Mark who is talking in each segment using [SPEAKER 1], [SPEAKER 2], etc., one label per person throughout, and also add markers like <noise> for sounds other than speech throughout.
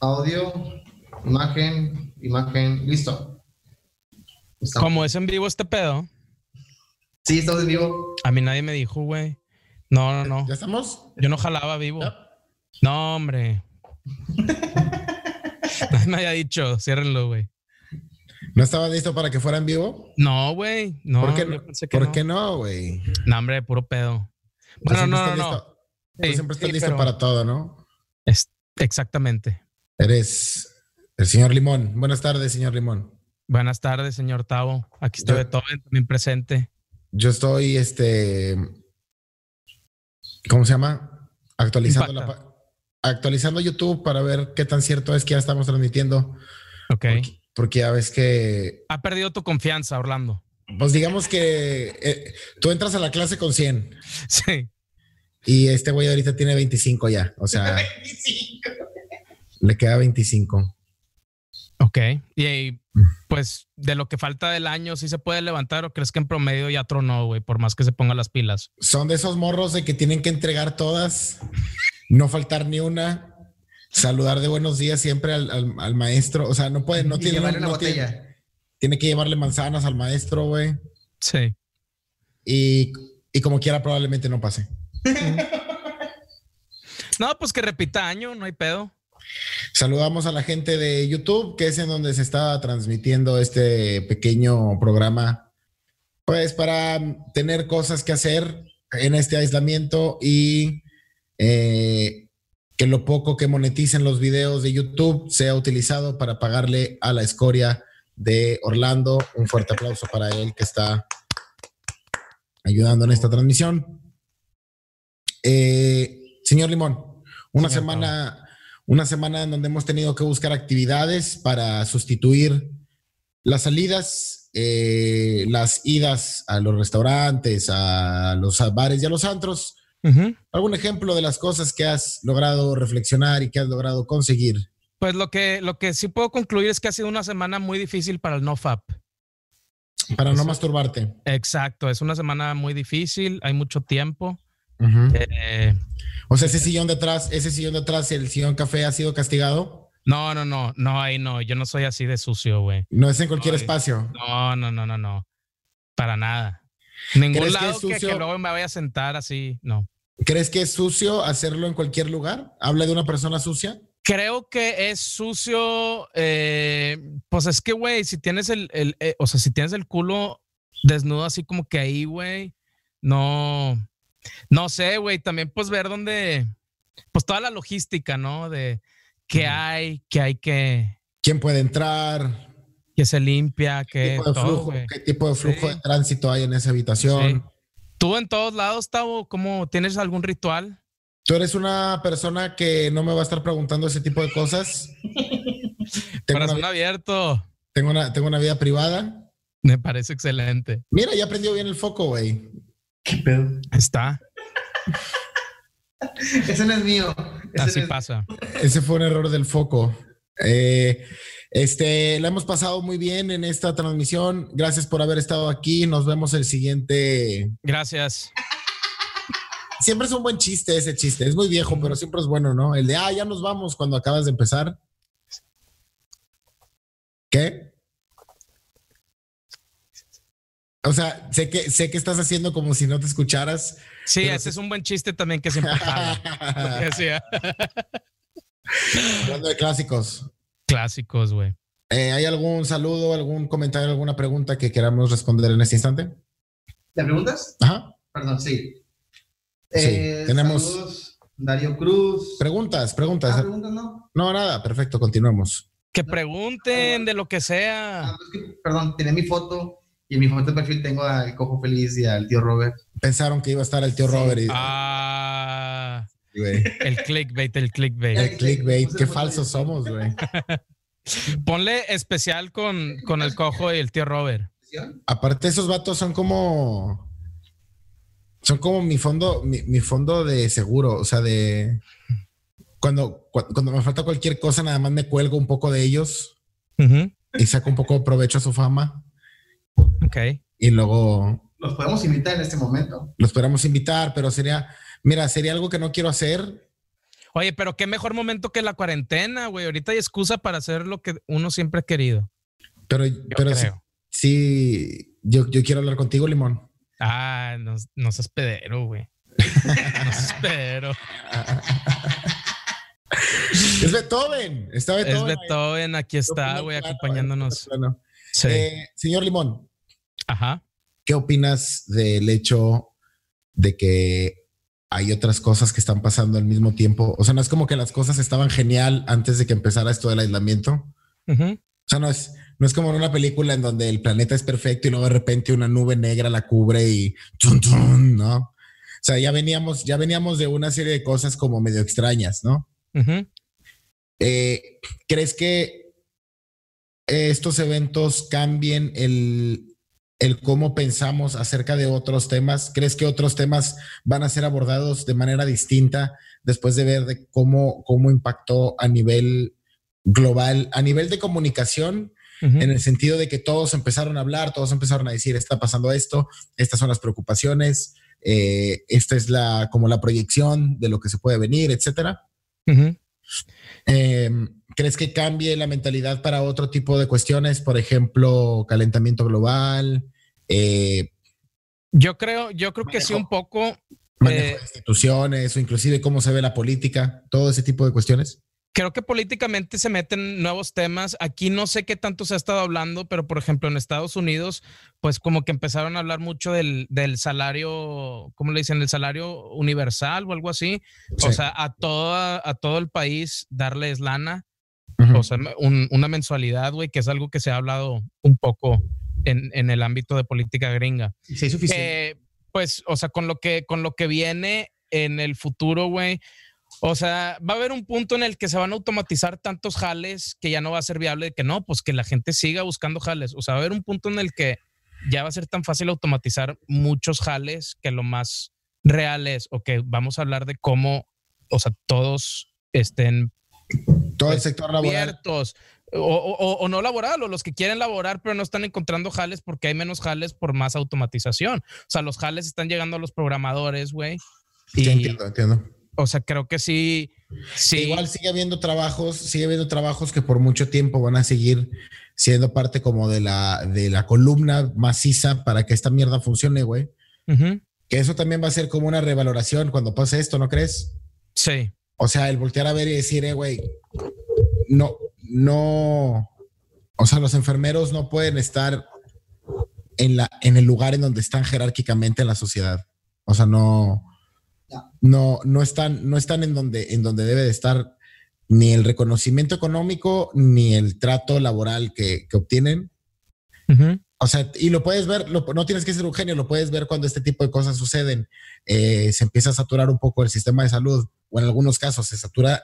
[SPEAKER 1] Audio, imagen, imagen, listo. Estamos-
[SPEAKER 2] Como es en vivo este pedo,
[SPEAKER 1] Sí, estamos en vivo.
[SPEAKER 2] a mí nadie me dijo, güey. No, no, no.
[SPEAKER 3] ¿Ya estamos?
[SPEAKER 2] Yo no jalaba vivo.
[SPEAKER 3] ¿Ya?
[SPEAKER 2] No, hombre. <laughs> Nadie me había dicho, ciérrenlo, güey.
[SPEAKER 3] ¿No estaba listo para que fuera en vivo?
[SPEAKER 2] No, güey. No,
[SPEAKER 3] ¿Por qué no?
[SPEAKER 2] yo pensé que
[SPEAKER 3] ¿Por
[SPEAKER 2] no.
[SPEAKER 3] qué no, güey? Tú
[SPEAKER 2] No, hombre, puro pedo. Bueno, no,
[SPEAKER 3] siempre
[SPEAKER 2] no,
[SPEAKER 3] estás
[SPEAKER 2] no.
[SPEAKER 3] listo-
[SPEAKER 2] Sí,
[SPEAKER 3] Tú siempre estás
[SPEAKER 2] sí,
[SPEAKER 3] listo
[SPEAKER 2] pero-
[SPEAKER 3] para todo, ¿no?
[SPEAKER 2] es- Exactamente.
[SPEAKER 3] Eres el señor Limón. Buenas tardes, señor Limón.
[SPEAKER 2] Buenas tardes, señor Tavo. Aquí
[SPEAKER 3] Yo-
[SPEAKER 2] estoy Beethoven también presente.
[SPEAKER 3] Yo estoy, este, ¿cómo se llama? Actualizando, la,
[SPEAKER 2] Impacta.
[SPEAKER 3] pa- actualizando YouTube para ver qué tan cierto es que ya estamos transmitiendo.
[SPEAKER 2] Ok.
[SPEAKER 3] Porque, porque ya ves que
[SPEAKER 2] Ha perdido tu confianza, Orlando. <laughs>
[SPEAKER 3] Pues digamos que eh, tú entras a la clase con 100
[SPEAKER 2] Sí.
[SPEAKER 3] y este güey ahorita tiene 25 ya.
[SPEAKER 1] <laughs>
[SPEAKER 3] O sea, le queda 25.
[SPEAKER 2] Ok. Y, y,
[SPEAKER 3] Mm.
[SPEAKER 2] pues de lo que falta del año, ¿sí se puede levantar o crees que en promedio ya tronó, güey? Por más que se ponga las pilas.
[SPEAKER 3] Son de esos morros de que tienen que entregar todas, no faltar ni una, saludar de buenos días siempre al, al- al maestro. O sea, no puede, no
[SPEAKER 1] Y
[SPEAKER 3] tiene
[SPEAKER 1] llevarle una
[SPEAKER 3] no tiene-
[SPEAKER 1] botella.
[SPEAKER 3] tiene que llevarle manzanas al maestro, güey.
[SPEAKER 2] Sí.
[SPEAKER 3] Y, y como quiera, probablemente no pase.
[SPEAKER 2] No, pues que repita año, no hay pedo.
[SPEAKER 3] Saludamos a la gente de YouTube, que es en donde se está transmitiendo este pequeño programa, pues para tener cosas que hacer en este aislamiento y eh, que lo poco que moneticen los videos de YouTube sea utilizado para pagarle a la escoria de Orlando. Un fuerte aplauso para él que está ayudando en esta transmisión. Eh, señor Limón, una
[SPEAKER 2] Señor
[SPEAKER 3] semana una semana en donde hemos tenido que buscar actividades para sustituir las salidas, eh, las idas a los restaurantes, a los bares y a los antros. ¿Algún ejemplo de las cosas que has logrado reflexionar y que has logrado conseguir?
[SPEAKER 2] Pues lo que, lo que sí puedo concluir es que ha sido una semana muy difícil para el NoFap.
[SPEAKER 3] Para no
[SPEAKER 2] Eso.
[SPEAKER 3] masturbarte.
[SPEAKER 2] Exacto, es una semana muy difícil, hay mucho tiempo. Eh,
[SPEAKER 3] O sea, ese sillón de atrás, ese sillón de atrás, el sillón café ha sido castigado.
[SPEAKER 2] no, no, no, no, ahí no, yo no soy así de sucio, güey.
[SPEAKER 3] No es en cualquier
[SPEAKER 2] Ay.
[SPEAKER 3] espacio.
[SPEAKER 2] No, no, no, no, no, para nada. Ningún
[SPEAKER 3] ¿Crees que
[SPEAKER 2] lado
[SPEAKER 3] es
[SPEAKER 2] que, que
[SPEAKER 3] sucio?
[SPEAKER 2] luego me vaya a sentar así, no.
[SPEAKER 3] ¿Crees que es sucio hacerlo en cualquier lugar? ¿Habla de una persona sucia?
[SPEAKER 2] Creo que es sucio, eh, pues es que, güey, si tienes el, el- eh, o sea, si tienes el culo desnudo así como que ahí, güey, no, no sé, güey, también pues ver dónde, pues toda la logística, ¿no? De qué
[SPEAKER 3] Ujú.
[SPEAKER 2] hay, que hay que,
[SPEAKER 3] ¿Quién puede entrar?
[SPEAKER 2] que se limpia, que
[SPEAKER 3] tipo de
[SPEAKER 2] todo,
[SPEAKER 3] flujo,
[SPEAKER 2] güey.
[SPEAKER 3] qué tipo de flujo
[SPEAKER 2] Sí.
[SPEAKER 3] de tránsito hay en esa habitación.
[SPEAKER 2] Sí. Tú en todos lados, Tavo, ¿cómo tienes algún ritual?
[SPEAKER 3] Tú eres una persona que no me va a estar preguntando ese tipo de
[SPEAKER 2] <laughs>
[SPEAKER 3] cosas. tengo, una,
[SPEAKER 2] Corazón
[SPEAKER 3] vi-
[SPEAKER 2] abierto,
[SPEAKER 3] tengo, una, tengo una vida privada.
[SPEAKER 2] me parece excelente.
[SPEAKER 3] Mira, ya prendió bien el foco, güey.
[SPEAKER 1] ¿Qué pedo?
[SPEAKER 2] Está,
[SPEAKER 1] Ese no es mío. Ese
[SPEAKER 2] así
[SPEAKER 1] no es-
[SPEAKER 2] pasa.
[SPEAKER 3] Ese fue un error del foco. Eh, este, la hemos pasado muy bien en esta transmisión. Gracias por haber estado aquí. Nos vemos el siguiente.
[SPEAKER 2] Gracias.
[SPEAKER 3] Siempre es un buen chiste ese chiste. Es muy viejo, pero siempre es bueno, ¿no? El de, ah, ya nos vamos cuando acabas de empezar. ¿Qué? O sea, sé que, sé que estás haciendo como si no te escucharas.
[SPEAKER 2] Sí,
[SPEAKER 3] Pero
[SPEAKER 2] ese
[SPEAKER 3] sí.
[SPEAKER 2] es un buen chiste también que
[SPEAKER 3] <laughs>
[SPEAKER 2] siempre jala, lo que decía.
[SPEAKER 3] <laughs> Hablando de clásicos.
[SPEAKER 2] Clásicos, güey.
[SPEAKER 3] Eh, ¿Hay algún saludo, algún comentario, alguna pregunta que queramos responder en este instante?
[SPEAKER 1] ¿Te preguntas?
[SPEAKER 3] Ajá.
[SPEAKER 1] Perdón, sí. Eh,
[SPEAKER 3] Sí, tenemos-
[SPEAKER 1] saludos, Darío Cruz.
[SPEAKER 3] Preguntas,
[SPEAKER 1] Ah,
[SPEAKER 3] preguntas.
[SPEAKER 1] preguntas, ¿no?
[SPEAKER 3] No, nada, perfecto, continuamos.
[SPEAKER 2] Que pregunten de lo que
[SPEAKER 1] Ah,
[SPEAKER 2] sea.
[SPEAKER 1] es que, perdón, tenía mi foto y en mi foto de perfil tengo al Cojo Feliz y al tío Robert.
[SPEAKER 3] Pensaron que iba a estar el tío Robert y...
[SPEAKER 2] Ah,
[SPEAKER 3] güey.
[SPEAKER 2] el clickbait, el clickbait.
[SPEAKER 3] El
[SPEAKER 1] <laughs>
[SPEAKER 3] clickbait,
[SPEAKER 1] Puse
[SPEAKER 3] qué
[SPEAKER 1] foto de-
[SPEAKER 3] falsos somos, güey.
[SPEAKER 2] Ponle especial con, con el cojo y el tío Robert.
[SPEAKER 3] Aparte, esos vatos son como. Son como mi fondo, mi, mi fondo de seguro. O sea, de. Cuando, cua- cuando me falta cualquier cosa, nada más me cuelgo un poco de ellos
[SPEAKER 2] Ujú,
[SPEAKER 3] y saco un poco de provecho a su fama.
[SPEAKER 2] Ok.
[SPEAKER 3] Y luego
[SPEAKER 1] Los podemos invitar en este momento.
[SPEAKER 3] los podríamos invitar, pero sería. Mira, sería algo que no quiero hacer.
[SPEAKER 2] Oye, pero qué mejor momento que la cuarentena, güey. Ahorita hay excusa para hacer lo que uno siempre ha querido.
[SPEAKER 3] Pero, pero sí,
[SPEAKER 2] creo.
[SPEAKER 3] sí, yo, yo quiero hablar contigo, Limón.
[SPEAKER 2] Ah, no, no seas pedero, güey. No
[SPEAKER 3] <laughs>
[SPEAKER 2] seas pedero.
[SPEAKER 3] Es Beethoven. Está
[SPEAKER 2] Es
[SPEAKER 3] Beethoven. ahí.
[SPEAKER 2] Beethoven, aquí está,
[SPEAKER 3] Yo
[SPEAKER 2] güey,
[SPEAKER 3] plano,
[SPEAKER 2] acompañándonos.
[SPEAKER 3] yo plano.
[SPEAKER 2] Sí.
[SPEAKER 3] Eh, señor Limón,
[SPEAKER 2] Ajá.
[SPEAKER 3] ¿qué opinas del hecho de que hay otras cosas que están pasando al mismo tiempo? O sea, no es como que las cosas estaban genial antes de que empezara esto del aislamiento.
[SPEAKER 2] Ujú.
[SPEAKER 3] O sea, no es, no es como en una película en donde el planeta es perfecto y luego de repente una nube negra la cubre y tun, tun, ¿no? O sea, ya veníamos, ya veníamos de una serie de cosas como medio extrañas, ¿no?
[SPEAKER 2] Ujú.
[SPEAKER 3] Eh, ¿Crees que estos eventos cambien el, el cómo pensamos acerca de otros temas? ¿Crees que otros temas van a ser abordados de manera distinta después de ver de cómo, cómo impactó a nivel global, a nivel de comunicación,
[SPEAKER 2] Ujú.
[SPEAKER 3] en el sentido de que todos empezaron a hablar, todos empezaron a decir, está pasando esto, estas son las preocupaciones, eh, esta es la, como la proyección de lo que se puede venir, etcétera?
[SPEAKER 2] Ujú.
[SPEAKER 3] Eh, ¿Crees que cambie la mentalidad para otro tipo de cuestiones? Por ejemplo, calentamiento global, eh,
[SPEAKER 2] Yo creo, yo creo que sí
[SPEAKER 3] Manejo.
[SPEAKER 2] un poco.
[SPEAKER 3] manejo
[SPEAKER 2] Eh.
[SPEAKER 3] de instituciones o inclusive cómo se ve la política, todo ese tipo de cuestiones.
[SPEAKER 2] Creo que políticamente se meten nuevos temas. Aquí no sé qué tanto se ha estado hablando, pero por ejemplo en Estados Unidos, pues como que empezaron a hablar mucho del, del salario, ¿cómo le dicen? El salario universal o algo así. O
[SPEAKER 3] Sí.
[SPEAKER 2] sea, a, toda, a todo el país darles lana.
[SPEAKER 3] Ujú.
[SPEAKER 2] o sea, un- una mensualidad, güey, que es algo que se ha hablado un poco en, en el ámbito de política gringa.
[SPEAKER 3] Sí, suficiente.
[SPEAKER 2] Eh, pues, o sea, con lo que, con lo que viene en el futuro, güey. O sea, va a haber un punto en el que se van a automatizar tantos jales que ya no va a ser viable que no, pues que la gente siga buscando jales. O sea, va a haber un punto en el que ya va a ser tan fácil automatizar muchos jales que lo más real es, o que vamos a hablar de cómo, o sea, todos estén
[SPEAKER 3] todo el
[SPEAKER 2] pues,
[SPEAKER 3] sector laboral.
[SPEAKER 2] abiertos o, o- o- o no laboral o los que quieren laborar pero no están encontrando jales porque hay menos jales por más automatización. O sea, los jales están llegando a los programadores, güey.
[SPEAKER 3] Sí,
[SPEAKER 2] y-
[SPEAKER 3] entiendo, entiendo.
[SPEAKER 2] O sea, creo que sí, sí.
[SPEAKER 3] Igual sigue habiendo trabajos, sigue habiendo trabajos que por mucho tiempo van a seguir siendo parte como de la, de la columna maciza para que esta mierda funcione, güey.
[SPEAKER 2] Ujú.
[SPEAKER 3] Que eso también va a ser como una revaloración cuando pase esto, ¿no crees?
[SPEAKER 2] Sí.
[SPEAKER 3] O sea, el voltear a ver y decir, eh, güey, no, no. O sea, los enfermeros no pueden estar en, la, en el lugar en donde están jerárquicamente en la sociedad. O sea, no. No, no están, no están en donde, en donde debe de estar ni el reconocimiento económico ni el trato laboral que, que obtienen.
[SPEAKER 2] Ujú.
[SPEAKER 3] O sea, y lo puedes ver, lo- no tienes que ser un genio, lo puedes ver cuando este tipo de cosas suceden. Eh, se empieza a saturar un poco el sistema de salud, o en algunos casos se satura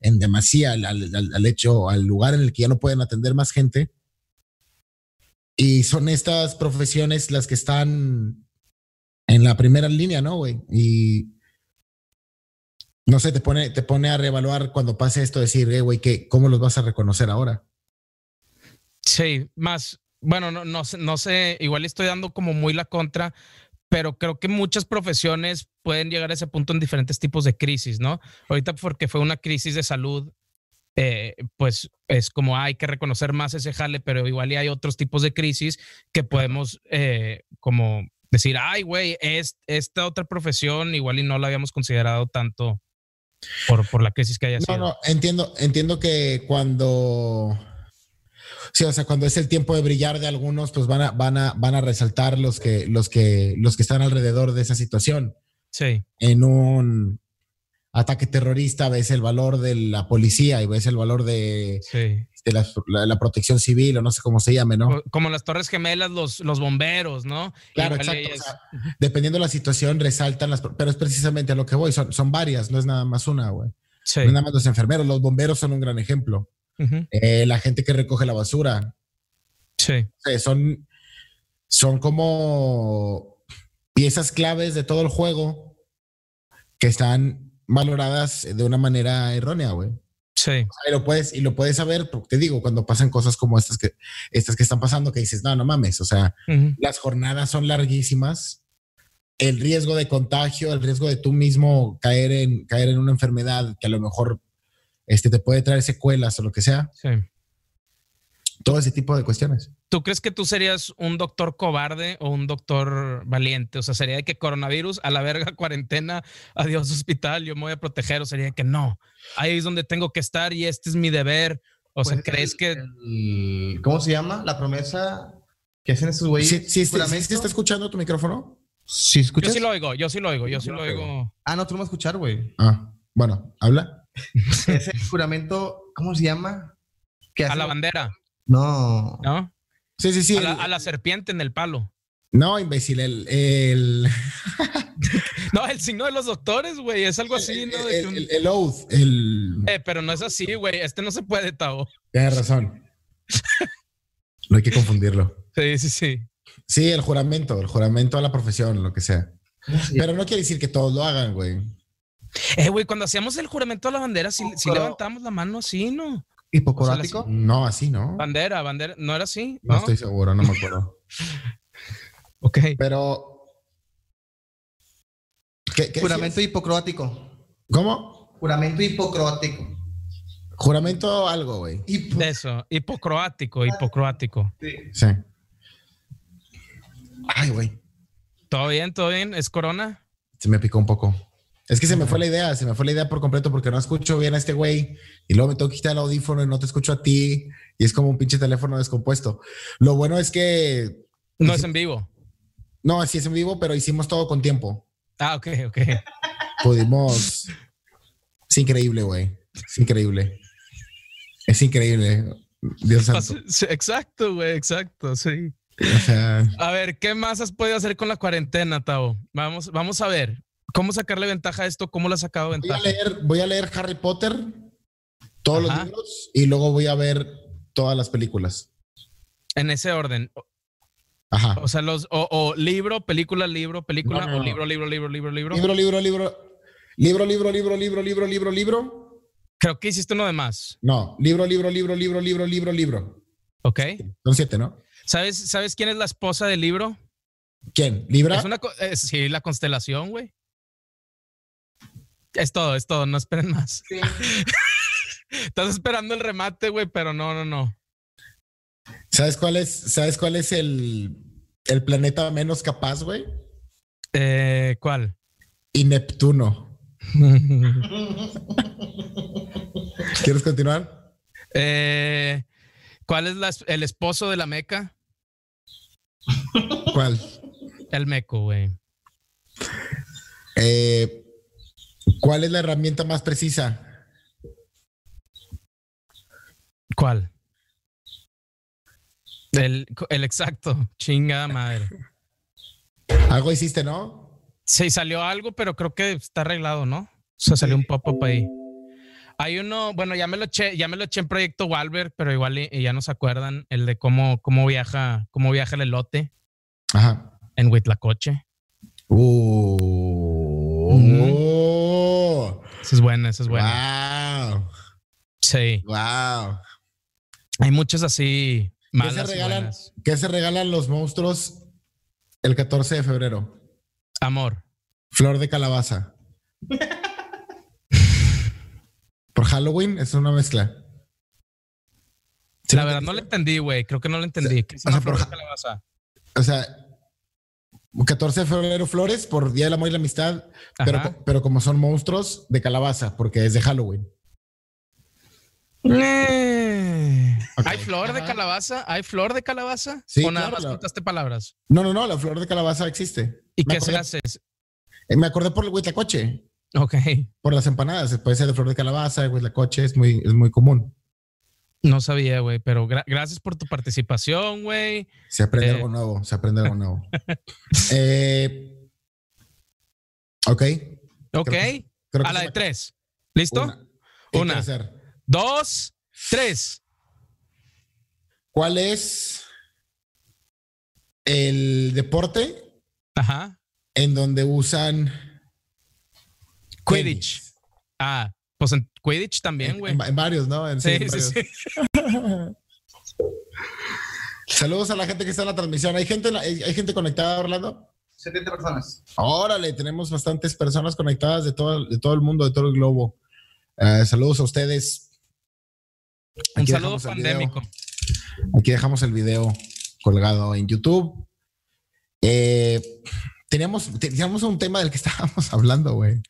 [SPEAKER 3] en demasía al, al- al- al hecho, al lugar en el que ya no pueden atender más gente. Y son estas profesiones las que están en la primera línea, ¿no, güey? Y no sé, te pone, te pone a reevaluar cuando pase esto, decir, eh, güey, ¿qué- ¿cómo los vas a reconocer ahora?
[SPEAKER 2] Sí, más, bueno, no, no, sé- no sé, igual estoy dando como muy la contra, pero creo que muchas profesiones pueden llegar a ese punto en diferentes tipos de crisis, ¿no? Ahorita porque fue una crisis de salud, eh, pues es como "Ah, hay que reconocer más ese jale, pero igual y hay otros tipos de crisis que podemos eh, como decir, ay, güey, es, esta otra profesión igual y no la habíamos considerado tanto por, por la crisis que haya
[SPEAKER 3] No,
[SPEAKER 2] sido.
[SPEAKER 3] no, entiendo, entiendo que cuando. Sí, o sea, cuando es el tiempo de brillar de algunos, pues van a, van a, van a resaltar los que, los que, los que están alrededor de esa situación.
[SPEAKER 2] Sí,
[SPEAKER 3] En un ataque terrorista ves el valor de la policía y ves el valor de,
[SPEAKER 2] sí.
[SPEAKER 3] de la, la- la protección civil o no sé cómo se llame, ¿no?
[SPEAKER 2] Co- Como las Torres Gemelas, los, los bomberos, ¿no?
[SPEAKER 3] Claro,
[SPEAKER 2] Igual
[SPEAKER 3] exacto. o
[SPEAKER 2] ellas-
[SPEAKER 3] sea, dependiendo de la situación, resaltan las, pero es precisamente a lo que voy. Son, son varias, no es nada más una, güey.
[SPEAKER 2] sí.
[SPEAKER 3] No es nada más los enfermeros, los bomberos son un gran ejemplo.
[SPEAKER 2] Ujú.
[SPEAKER 3] Eh, la gente que recoge la basura,
[SPEAKER 2] Sí.
[SPEAKER 3] sé, son, son como piezas claves de todo el juego que están valoradas de una manera errónea, güey.
[SPEAKER 2] Sí.
[SPEAKER 3] Y lo puedes, y lo puedes saber, porque te digo, cuando pasan cosas como estas que, estas que están pasando, que dices, no, no mames, o sea,
[SPEAKER 2] Ujú.
[SPEAKER 3] las jornadas son larguísimas, el riesgo de contagio, el riesgo de tú mismo caer en, caer en una enfermedad que a lo mejor este, te puede traer secuelas o lo que sea,
[SPEAKER 2] Sí.
[SPEAKER 3] todo ese tipo de cuestiones.
[SPEAKER 2] ¿Tú crees que tú serías un doctor cobarde o un doctor valiente? O sea, sería de que coronavirus, a la verga, <laughs> cuarentena, adiós hospital, yo me voy a proteger, o sería de que no, ahí es donde tengo que estar y este es mi deber. O sea,
[SPEAKER 1] Pues,
[SPEAKER 3] eh,
[SPEAKER 2] ¿crees
[SPEAKER 1] el-
[SPEAKER 2] que
[SPEAKER 1] el- ¿Cómo se llama? La promesa que hacen esos güeyes.
[SPEAKER 3] ¿Sí, sí, sí,
[SPEAKER 1] ¿Juramento?
[SPEAKER 3] sí está escuchando tu micrófono?
[SPEAKER 1] ¿Sí
[SPEAKER 2] yo
[SPEAKER 1] escuchas?
[SPEAKER 2] sí lo oigo, yo sí lo oigo, yo sí
[SPEAKER 1] Yo
[SPEAKER 2] lo
[SPEAKER 1] lo oigo.
[SPEAKER 2] oigo.
[SPEAKER 1] Ah, no, tú no vas a escuchar,
[SPEAKER 2] <laughs>
[SPEAKER 1] güey.
[SPEAKER 3] Ah, bueno, habla.
[SPEAKER 1] Ese juramento, ¿cómo se llama? Que
[SPEAKER 2] A
[SPEAKER 1] hacen-
[SPEAKER 2] la bandera,
[SPEAKER 1] No.
[SPEAKER 2] ¿no?
[SPEAKER 3] Sí, sí, sí.
[SPEAKER 2] A la,
[SPEAKER 3] el-
[SPEAKER 2] a la serpiente en el palo. <laughs>
[SPEAKER 3] No, imbécil, el, el,
[SPEAKER 2] No, el signo de los doctores, güey, es algo así, Pues ¿no? De que
[SPEAKER 3] el,
[SPEAKER 2] un-
[SPEAKER 3] el- el oath, el...
[SPEAKER 2] Eh, pero no es así, güey, este no se puede, Tavo. <laughs>
[SPEAKER 3] Tienes razón. No hay que confundirlo.
[SPEAKER 2] Sí, sí, sí.
[SPEAKER 3] Sí, el juramento, el juramento a la profesión, lo que sea. Pero no quiere decir que todos lo hagan, güey.
[SPEAKER 2] Eh, güey, cuando hacíamos el juramento a la bandera, sí, sí
[SPEAKER 1] Pero-
[SPEAKER 2] levantamos la mano así, ¿no?
[SPEAKER 1] ¿Hipocorático?
[SPEAKER 3] No, así no.
[SPEAKER 2] Bandera, bandera, Ah, no era así,
[SPEAKER 3] No
[SPEAKER 2] ¿no?
[SPEAKER 3] estoy seguro, no me acuerdo.
[SPEAKER 2] Ok.
[SPEAKER 3] Pero. ¿Qué, qué
[SPEAKER 1] juramento hipocrótico.
[SPEAKER 3] decías? ¿Cómo?
[SPEAKER 1] Juramento hipocrótico.
[SPEAKER 3] Juramento algo, güey.
[SPEAKER 1] Hipo-
[SPEAKER 2] Eso, hipocroático, hipocroático.
[SPEAKER 1] Sí.
[SPEAKER 3] Sí. Ay, güey.
[SPEAKER 2] ¿Todo bien, todo bien? ¿Es corona?
[SPEAKER 3] Se me picó un poco. Es que se me fue la idea, se me fue la idea por completo porque no escucho bien a este güey y luego me tengo que quitar el audífono y no te escucho a ti y es como un pinche teléfono descompuesto. Lo bueno es que
[SPEAKER 2] No
[SPEAKER 3] Sí.
[SPEAKER 2] es en vivo.
[SPEAKER 3] no, así es en vivo, pero hicimos todo con tiempo.
[SPEAKER 2] Ah, ok,
[SPEAKER 3] <laughs>
[SPEAKER 2] ok.
[SPEAKER 3] Pudimos. Es increíble, güey. Es increíble. Es increíble. Dios santo.
[SPEAKER 2] Sí, Exacto, güey, exacto, sí.
[SPEAKER 3] O sea,
[SPEAKER 2] A ver, ¿qué más has podido hacer con la cuarentena, Tavo? Vamos, vamos a ver. ¿Cómo sacarle ventaja a esto? ¿Cómo le has sacado
[SPEAKER 3] voy a
[SPEAKER 2] ventaja?
[SPEAKER 3] leer, voy a leer Harry Potter, todos
[SPEAKER 2] Ajá.
[SPEAKER 3] los libros, y luego voy a ver todas las películas.
[SPEAKER 2] En ese orden. O-
[SPEAKER 3] Ajá.
[SPEAKER 2] O sea, los, o, o libro, película, libro, película,
[SPEAKER 3] No, no,
[SPEAKER 2] o
[SPEAKER 3] no.
[SPEAKER 2] libro, libro, libro, libro, libro.
[SPEAKER 3] Libro, libro, libro. Libro, libro, libro, libro, libro, libro, libro.
[SPEAKER 2] Creo que hiciste uno de más.
[SPEAKER 3] No, libro, libro, libro, libro, libro, libro, libro.
[SPEAKER 2] Ok.
[SPEAKER 3] Son siete, ¿no?
[SPEAKER 2] ¿Sabes, ¿Sabes quién es la esposa del libro?
[SPEAKER 3] ¿Quién? ¿Libra?
[SPEAKER 2] Es una, co- eh, sí, la constelación, güey. Es todo, es todo, no esperen más. <laughs> Estás esperando el remate, güey, pero no, no, no.
[SPEAKER 3] ¿Sabes cuál es? ¿Sabes cuál es el, el planeta menos capaz, güey?
[SPEAKER 2] Eh, ¿Cuál? <laughs>
[SPEAKER 3] Y Neptuno. ¿Quieres continuar?
[SPEAKER 2] Eh, ¿Cuál es la es- el esposo de la meca?
[SPEAKER 3] ¿Cuál?
[SPEAKER 2] El meco, güey.
[SPEAKER 3] Eh, ¿Cuál es la herramienta más precisa?
[SPEAKER 2] ¿Cuál? El, el exacto, chingada madre.
[SPEAKER 3] Algo hiciste, ¿no?
[SPEAKER 2] Sí, salió algo, pero creo que está arreglado, ¿no? O sea, salió un pop-up ahí. Hay uno, bueno, ya me lo eché, ya me lo eché en Proyecto Walberg, pero igual y- y ya no se acuerdan el de cómo, cómo viaja, cómo viaja el elote
[SPEAKER 3] Ajá.
[SPEAKER 2] en Huitlacoche.
[SPEAKER 3] Uh, uh,
[SPEAKER 2] Eso es bueno, eso es bueno.
[SPEAKER 3] Wow.
[SPEAKER 2] Sí,
[SPEAKER 3] Wow.
[SPEAKER 2] hay muchos así
[SPEAKER 3] ¿Qué
[SPEAKER 2] malas
[SPEAKER 3] se,
[SPEAKER 2] y
[SPEAKER 3] regalan,
[SPEAKER 2] buenas.
[SPEAKER 3] ¿Qué se regalan los monstruos el 14 de febrero?
[SPEAKER 2] Amor.
[SPEAKER 3] Flor
[SPEAKER 2] <laughs>
[SPEAKER 3] de calabaza. Por Halloween es una mezcla. ¿Sí
[SPEAKER 2] la
[SPEAKER 3] lo
[SPEAKER 2] verdad no le
[SPEAKER 3] entendiste?
[SPEAKER 2] entendí, güey. Creo que no lo entendí. ¿Qué es
[SPEAKER 3] o
[SPEAKER 2] una
[SPEAKER 3] sea,
[SPEAKER 2] flor
[SPEAKER 3] por
[SPEAKER 2] de
[SPEAKER 3] ja-
[SPEAKER 2] calabaza?
[SPEAKER 3] O sea, 14 de febrero flores por Día del Amor y la Amistad, pero,
[SPEAKER 2] Ajá.
[SPEAKER 3] co- pero como son monstruos de calabaza, porque es de Halloween.
[SPEAKER 2] Eh.
[SPEAKER 3] Ok.
[SPEAKER 2] ¿Hay flor de
[SPEAKER 3] Ajá.
[SPEAKER 2] calabaza? ¿Hay flor de calabaza?
[SPEAKER 3] Sí,
[SPEAKER 2] o nada
[SPEAKER 3] claro,
[SPEAKER 2] más
[SPEAKER 3] la-
[SPEAKER 2] contaste palabras.
[SPEAKER 3] No, no, no, la flor de calabaza existe.
[SPEAKER 2] ¿Y
[SPEAKER 3] Me
[SPEAKER 2] qué se
[SPEAKER 3] acordé-
[SPEAKER 2] hace?
[SPEAKER 3] eh, Me acordé por el huitlacoche,
[SPEAKER 2] Ok.
[SPEAKER 3] por las empanadas. Puede ser de flor de calabaza, el huitlacoche es muy, es muy común.
[SPEAKER 2] No sabía, güey, pero gra- gracias por tu participación, güey.
[SPEAKER 3] Se aprende
[SPEAKER 2] Eh.
[SPEAKER 3] algo nuevo, se aprende algo nuevo.
[SPEAKER 2] <laughs>
[SPEAKER 3] Eh, ok.
[SPEAKER 2] Ok,
[SPEAKER 3] que- Creo
[SPEAKER 2] a la
[SPEAKER 3] se
[SPEAKER 2] de
[SPEAKER 3] me-
[SPEAKER 2] tres. ¿Listo?
[SPEAKER 3] Una. ¿Qué
[SPEAKER 2] Una.
[SPEAKER 3] quiere hacer?
[SPEAKER 2] Dos, tres.
[SPEAKER 3] ¿Cuál es el deporte
[SPEAKER 2] Ajá.
[SPEAKER 3] en donde usan
[SPEAKER 2] Quidditch.
[SPEAKER 3] tenis?
[SPEAKER 2] Ah, pues en Quidditch también,
[SPEAKER 3] En,
[SPEAKER 2] güey.
[SPEAKER 3] en va- en varios, ¿no? En- sí,
[SPEAKER 2] Sí,
[SPEAKER 3] en
[SPEAKER 2] sí,
[SPEAKER 3] varios.
[SPEAKER 2] sí.
[SPEAKER 3] Saludos a la gente que está en la transmisión. ¿Hay gente, en la- hay, hay gente conectada, Orlando?
[SPEAKER 1] 70 personas.
[SPEAKER 3] Órale, tenemos bastantes personas conectadas de todo, de todo el mundo, de todo el globo. Eh, saludos a ustedes.
[SPEAKER 2] Un
[SPEAKER 3] Aquí
[SPEAKER 2] saludo
[SPEAKER 3] dejamos el video.
[SPEAKER 2] pandémico.
[SPEAKER 3] Aquí dejamos el video colgado en YouTube. Eh, teníamos, teníamos un tema del que <laughs> estábamos hablando, güey.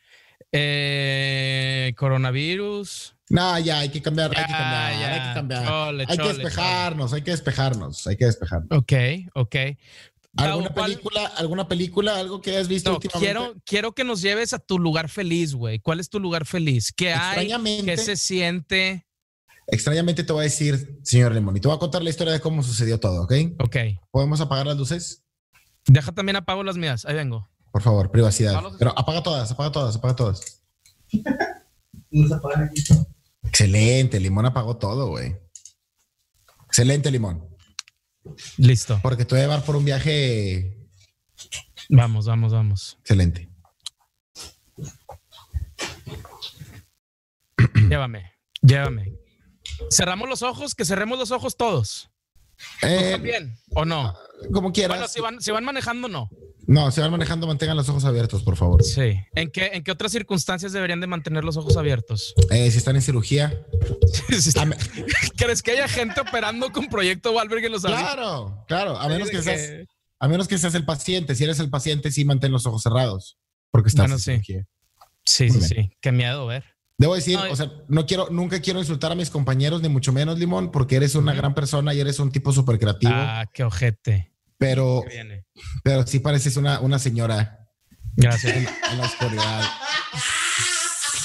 [SPEAKER 2] Eh, coronavirus.
[SPEAKER 3] No, ya, hay que cambiar, hay que
[SPEAKER 2] Ya,
[SPEAKER 3] cambiar,
[SPEAKER 2] ya.
[SPEAKER 3] hay que cambiar.
[SPEAKER 2] Chole,
[SPEAKER 3] hay que
[SPEAKER 2] chole,
[SPEAKER 3] despejarnos, hay que despejarnos, hay que despejarnos.
[SPEAKER 2] chole. Ok, ok. Gabo,
[SPEAKER 3] ¿Alguna
[SPEAKER 2] ¿cuál-
[SPEAKER 3] película, alguna película, algo que hayas visto
[SPEAKER 2] No,
[SPEAKER 3] últimamente?
[SPEAKER 2] quiero, quiero que nos lleves a tu lugar feliz, güey. ¿Cuál es tu lugar feliz? ¿Qué hay?
[SPEAKER 3] Extrañamente,
[SPEAKER 2] ¿Qué se siente?
[SPEAKER 3] extrañamente te voy a decir, señor Lemón, y te voy a contar la historia de cómo sucedió todo, ¿ok?
[SPEAKER 2] Ok.
[SPEAKER 3] ¿Podemos apagar las luces?
[SPEAKER 2] Deja también apago las mías. Ahí vengo.
[SPEAKER 3] Por favor, privacidad.
[SPEAKER 2] Vamos a-
[SPEAKER 3] Pero apaga todas, apaga todas, apaga todas.
[SPEAKER 1] Nos apagan aquí.
[SPEAKER 3] Excelente, Limón apagó todo, güey. Excelente, Limón.
[SPEAKER 2] Listo.
[SPEAKER 3] Porque te voy a llevar por un viaje
[SPEAKER 2] Vamos, vamos,
[SPEAKER 3] <clears throat>
[SPEAKER 2] vamos.
[SPEAKER 3] excelente.
[SPEAKER 2] Llévame, llévame. Cerramos los ojos, que cerremos los ojos todos. ¿Tú
[SPEAKER 3] Eh,
[SPEAKER 2] también? ¿O no?
[SPEAKER 3] como quieras.
[SPEAKER 2] Bueno, si van, si van manejando, no.
[SPEAKER 3] No, si van manejando, mantengan los ojos abiertos, por favor.
[SPEAKER 2] Sí. ¿En qué, ¿En qué otras circunstancias deberían de mantener los ojos abiertos? <laughs>
[SPEAKER 3] Eh, si están en cirugía. a me-
[SPEAKER 2] ¿Crees que haya gente operando con Proyecto Wahlberg en los abiertos?
[SPEAKER 3] Ah. claro, claro. A menos que seas, a menos que seas el paciente. Si eres el paciente, sí mantén los ojos cerrados. Porque estás
[SPEAKER 2] Bueno,
[SPEAKER 3] en
[SPEAKER 2] sí.
[SPEAKER 3] cirugía.
[SPEAKER 2] Sí, sí,
[SPEAKER 3] Muy
[SPEAKER 2] sí. Qué miedo ver.
[SPEAKER 3] Debo decir,
[SPEAKER 2] No, y-
[SPEAKER 3] o sea, no quiero, nunca quiero insultar a mis compañeros, ni mucho menos, Limón, porque eres una
[SPEAKER 2] Ujú.
[SPEAKER 3] gran persona y eres un tipo súper creativo.
[SPEAKER 2] Ah, qué ojete.
[SPEAKER 3] pero,
[SPEAKER 2] que viene.
[SPEAKER 3] pero sí pareces una, una señora en,
[SPEAKER 2] Gracias.
[SPEAKER 3] en la oscuridad.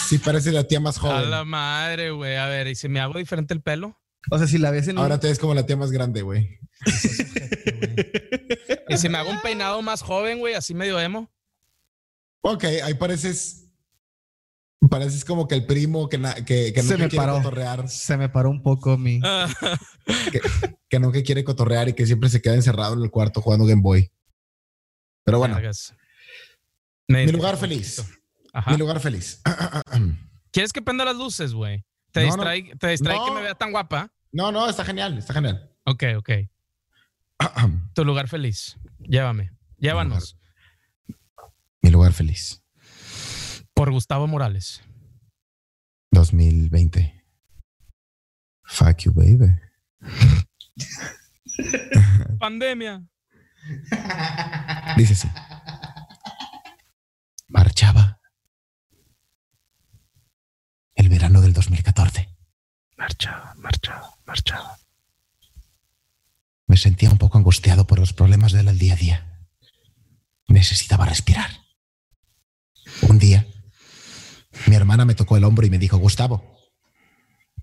[SPEAKER 3] Sí pareces la tía más
[SPEAKER 2] A
[SPEAKER 3] <laughs> joven.
[SPEAKER 2] la madre, güey. A ver, ¿y si me hago diferente el pelo?
[SPEAKER 1] O sea, si la ves en un-
[SPEAKER 3] Ahora te ves como la tía más grande, güey.
[SPEAKER 2] ¿Y si me hago un peinado más joven, güey? Así medio emo.
[SPEAKER 3] Ok, ahí pareces. Pareces como que el primo que, na- que,
[SPEAKER 1] Se
[SPEAKER 3] que nunca
[SPEAKER 1] me
[SPEAKER 3] quiere
[SPEAKER 1] paró.
[SPEAKER 3] cotorrear,
[SPEAKER 1] Se me paró un poco mi.
[SPEAKER 2] Ah,
[SPEAKER 3] Ah. que nunca quiere cotorrear y que siempre se queda encerrado en el cuarto jugando Game Boy. Pero bueno,
[SPEAKER 2] Vergas. Me
[SPEAKER 3] mi lugar
[SPEAKER 2] identifico
[SPEAKER 3] feliz.
[SPEAKER 2] un este poquito. Ajá.
[SPEAKER 3] Mi lugar feliz. <clears throat>
[SPEAKER 2] ¿Quieres que prenda las luces, güey? ¿Te
[SPEAKER 3] No, no.
[SPEAKER 2] distrae, te distrae que
[SPEAKER 3] No.
[SPEAKER 2] me vea tan guapa?
[SPEAKER 3] No, no, está genial, está genial. <clears throat>
[SPEAKER 2] Ok, ok. Tu lugar feliz. Llévame. Llévanos.
[SPEAKER 3] Mi lugar feliz.
[SPEAKER 2] Por Gustavo Morales.
[SPEAKER 3] 2020. Fuck you, baby. Eh.
[SPEAKER 2] Pandemia.
[SPEAKER 3] Dice así. Marchaba. El verano del 2014.
[SPEAKER 2] Marchaba, marchaba, marchaba.
[SPEAKER 3] Me sentía un poco angustiado por los problemas del día a día. Necesitaba respirar. Un día, mi hermana me tocó el hombro y me dijo, Gustavo,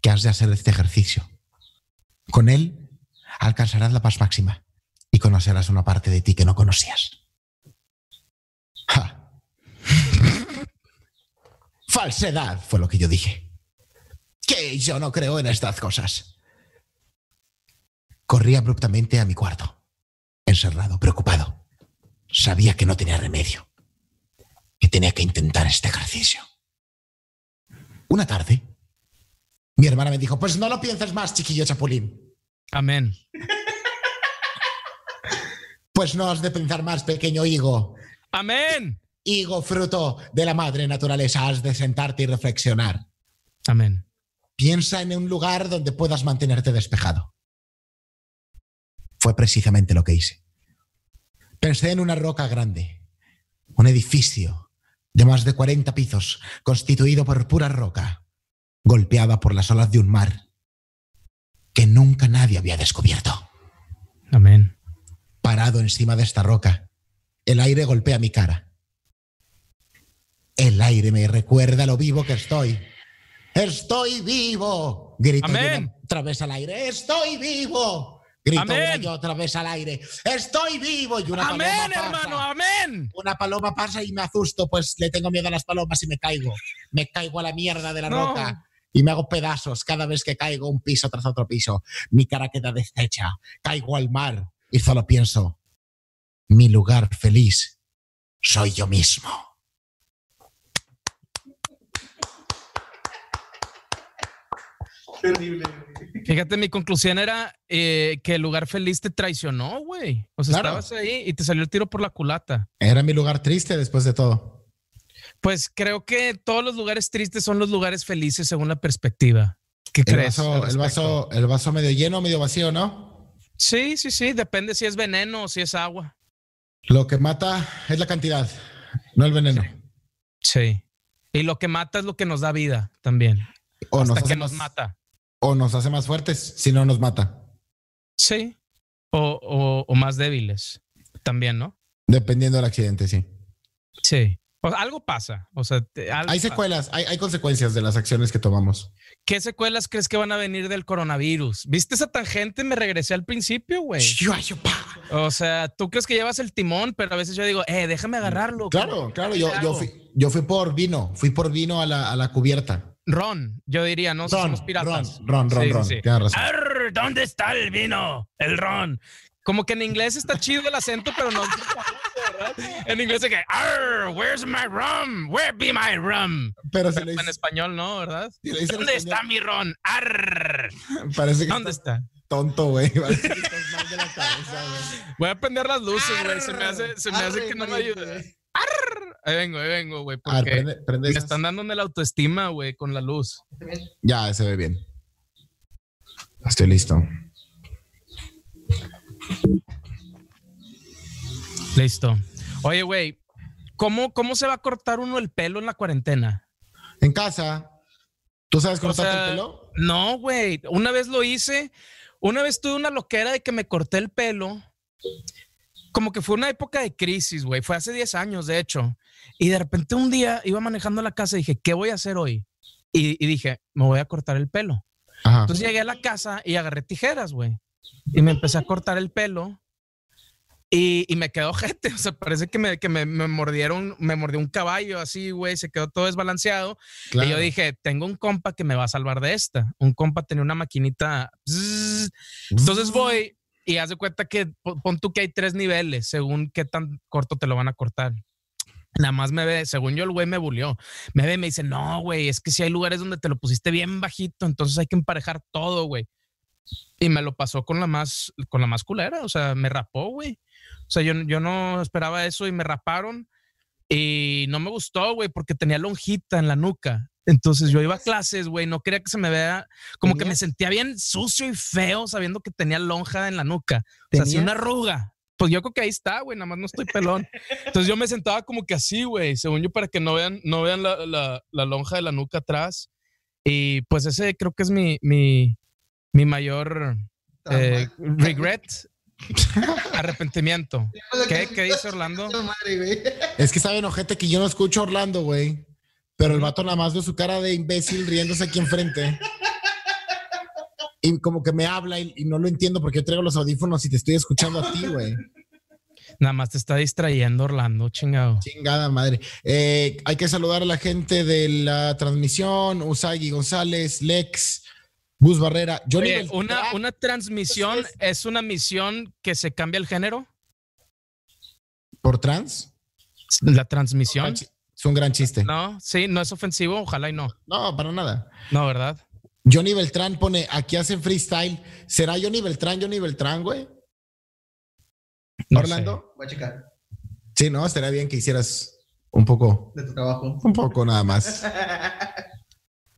[SPEAKER 3] que has de hacer este ejercicio. Con él alcanzarás la paz máxima y conocerás una parte de ti que no conocías. ¡Ja! Falsedad fue lo que yo dije. Que yo no creo en estas cosas. Corrí abruptamente a mi cuarto, encerrado, preocupado. Sabía que no tenía remedio, que tenía que intentar este ejercicio. Una tarde, mi hermana me dijo, pues no lo pienses más, chiquillo chapulín.
[SPEAKER 2] Amén.
[SPEAKER 3] Pues no has de pensar más, pequeño higo.
[SPEAKER 2] Amén.
[SPEAKER 3] Higo, fruto de la madre naturaleza, has de sentarte y reflexionar.
[SPEAKER 2] Amén.
[SPEAKER 3] Piensa en un lugar donde puedas mantenerte despejado. Fue precisamente lo que hice. Pensé en una roca grande, un edificio de más de 40 pisos, constituido por pura roca, golpeada por las olas de un mar que nunca nadie había descubierto.
[SPEAKER 2] Amén.
[SPEAKER 3] Parado encima de esta roca, el aire golpea mi cara. El aire me recuerda lo vivo que estoy. ¡Estoy vivo! Grito
[SPEAKER 2] Amén.
[SPEAKER 3] yo otra vez al aire. ¡Estoy vivo! Grito una
[SPEAKER 2] Amén.
[SPEAKER 3] y otra vez al aire. ¡Estoy vivo! Y una
[SPEAKER 2] Amén,
[SPEAKER 3] paloma
[SPEAKER 2] hermano.
[SPEAKER 3] pasa.
[SPEAKER 2] Amén.
[SPEAKER 3] Una paloma pasa y me asusto, pues le tengo miedo a las palomas y me caigo. Me caigo a la mierda de la
[SPEAKER 2] No.
[SPEAKER 3] roca y me hago pedazos cada vez que caigo un piso tras otro piso. Mi cara queda deshecha. Caigo al mar y solo pienso, mi lugar feliz soy yo mismo.
[SPEAKER 4] Terrible.
[SPEAKER 2] Fíjate, mi conclusión era eh, que el lugar feliz te traicionó, güey. O sea,
[SPEAKER 3] Claro.
[SPEAKER 2] estabas ahí y te salió el tiro por la culata.
[SPEAKER 3] Era mi lugar triste después de todo.
[SPEAKER 2] Pues creo que todos los lugares tristes son los lugares felices según la perspectiva. ¿Qué
[SPEAKER 3] El
[SPEAKER 2] crees? al
[SPEAKER 3] vaso, el,
[SPEAKER 2] respecto?
[SPEAKER 3] vaso, el vaso medio lleno, medio vacío, ¿no?
[SPEAKER 2] Sí, sí, sí. Depende si es veneno o si es agua.
[SPEAKER 3] Lo que mata es la cantidad, no el veneno.
[SPEAKER 2] Sí. Y lo que mata es lo que nos da vida también.
[SPEAKER 3] O nos,
[SPEAKER 2] Hasta
[SPEAKER 3] hace
[SPEAKER 2] que nos
[SPEAKER 3] más,
[SPEAKER 2] mata.
[SPEAKER 3] o nos hace más fuertes, si no nos mata.
[SPEAKER 2] Sí. O, o- o más débiles también, ¿no?
[SPEAKER 3] Dependiendo del accidente, sí.
[SPEAKER 2] Sí. O- algo pasa. O sea, te- algo
[SPEAKER 3] Hay
[SPEAKER 2] pasa.
[SPEAKER 3] secuelas, hay, hay consecuencias de las acciones que tomamos.
[SPEAKER 2] ¿Qué secuelas crees que van a venir del coronavirus? ¿Viste esa tangente? Me regresé al principio, güey.
[SPEAKER 3] Shua, shua, pa.
[SPEAKER 2] O sea, tú crees que llevas el timón, pero a veces yo digo, eh, déjame agarrarlo.
[SPEAKER 3] Mm, Claro, claro, yo,
[SPEAKER 2] ¿Qué
[SPEAKER 3] yo,
[SPEAKER 2] hago?
[SPEAKER 3] fui, yo fui por vino, fui por vino a la, a la cubierta.
[SPEAKER 2] Ron, yo diría, no Si
[SPEAKER 3] Ron,
[SPEAKER 2] somos piratas.
[SPEAKER 3] Ron, Ron, Ron,
[SPEAKER 2] Sí, sí,
[SPEAKER 3] Ron,
[SPEAKER 2] sí. Ah,
[SPEAKER 3] tienes razón.
[SPEAKER 2] Arr, ¿Dónde está el vino? El ron. Como que en inglés está chido el acento, pero no. en inglés es que, arr, where's my rum? Where be my rum?
[SPEAKER 3] Pero si lo
[SPEAKER 2] En
[SPEAKER 3] hice-
[SPEAKER 2] español, ¿no? ¿Verdad?
[SPEAKER 3] si lo hice en
[SPEAKER 2] ¿Dónde está
[SPEAKER 3] español,
[SPEAKER 2] mi ron? Arr.
[SPEAKER 3] Parece que
[SPEAKER 2] ¿Dónde
[SPEAKER 3] estás
[SPEAKER 2] está?
[SPEAKER 3] tonto, güey. <laughs> Parece que estás mal de la cabeza, güey.
[SPEAKER 2] Voy a prender las luces, güey. Se me hace, se me hace
[SPEAKER 1] Arre,
[SPEAKER 2] que no me
[SPEAKER 1] güey.
[SPEAKER 2] ayuda. Ahí vengo, ahí vengo, güey.
[SPEAKER 3] A ver,
[SPEAKER 2] Porque
[SPEAKER 3] prende, prende
[SPEAKER 2] me
[SPEAKER 3] esas.
[SPEAKER 2] están dando en el autoestima, güey, con la luz.
[SPEAKER 3] Ya, se ve bien. Estoy listo.
[SPEAKER 2] Listo. Oye, güey, ¿cómo, ¿cómo se va a cortar uno el pelo en la cuarentena?
[SPEAKER 3] En casa, ¿tú sabes cortarte
[SPEAKER 2] sea,
[SPEAKER 3] el pelo?
[SPEAKER 2] No, güey. Una vez lo hice. Una vez tuve una loquera de que me corté el pelo. Como que fue una época de crisis, güey. Fue hace 10 años, de hecho. Y de repente un día iba manejando la casa y dije, ¿qué voy a hacer hoy? Y- y dije, me voy a cortar el pelo.
[SPEAKER 3] Ajá.
[SPEAKER 2] Entonces llegué a la casa y agarré tijeras, güey. Y me empecé a cortar el pelo. Y, y me quedó gente, <laughs> o sea, parece que me, que me, me mordieron, me mordió un caballo así, güey, se quedó todo desbalanceado.
[SPEAKER 3] Claro.
[SPEAKER 2] Y yo dije, tengo un compa que me va a salvar de esta. Un compa tenía una maquinita. zzzz. Entonces voy y haz de cuenta que po- pon tú que hay tres niveles según qué tan corto te lo van a cortar. Nada más me ve, según yo el güey me bulió. Me ve y me dice, no, güey, es que si hay lugares donde te lo pusiste bien bajito, entonces hay que emparejar todo, güey. Y me lo pasó con la más, con la más culera, o sea, me rapó, güey. O sea, yo, yo no esperaba eso y me raparon y no me gustó, güey, porque tenía lonjita en la nuca. Entonces yo iba a clases, güey, no quería que se me vea, como que me
[SPEAKER 3] ¿Tenías?
[SPEAKER 2] sentía bien sucio y feo sabiendo que tenía lonja en la nuca. O sea, así una arruga. Pues yo creo que ahí está, güey, nada más no estoy pelón. Entonces yo me sentaba como que así, güey, según yo, para que no vean, no vean la, la- la lonja de la nuca atrás. Y pues ese creo que es mi, mi, mi mayor
[SPEAKER 1] Ah,
[SPEAKER 2] eh, regret, <laughs> arrepentimiento. ¿Qué, ¿Qué
[SPEAKER 1] <laughs>
[SPEAKER 2] dice Orlando?
[SPEAKER 1] Madre, güey.
[SPEAKER 3] Es que saben, ojete, que yo no escucho a Orlando, güey. Pero el vato nada más ve su cara de imbécil riéndose aquí enfrente. Y como que me habla y, y no lo entiendo porque yo traigo los audífonos y te estoy escuchando a
[SPEAKER 2] <laughs>
[SPEAKER 3] ti, güey.
[SPEAKER 2] Nada más te está distrayendo Orlando, chingado.
[SPEAKER 3] Chingada madre. Eh, hay que saludar a la gente de la transmisión: Usagi González, Lex, Gus Barrera, Johnny.
[SPEAKER 2] Oye,
[SPEAKER 3] Beltrán.
[SPEAKER 2] una, una transmisión
[SPEAKER 3] Entonces-
[SPEAKER 2] es una misión que se cambia el género.
[SPEAKER 3] ¿Por trans?
[SPEAKER 2] La transmisión.
[SPEAKER 3] Es un gran chiste. No,
[SPEAKER 2] No, sí, no es ofensivo, ojalá y no.
[SPEAKER 3] para nada.
[SPEAKER 2] No, ¿verdad?
[SPEAKER 3] Johnny Beltrán pone: aquí hacen freestyle. ¿Será Johnny Beltrán, Johnny Beltrán, güey?
[SPEAKER 2] No
[SPEAKER 3] Orlando.
[SPEAKER 1] Voy a checar
[SPEAKER 3] Sí, no, estaría bien que hicieras un poco,
[SPEAKER 1] de tu
[SPEAKER 2] <laughs>
[SPEAKER 1] trabajo.
[SPEAKER 3] un poco nada más.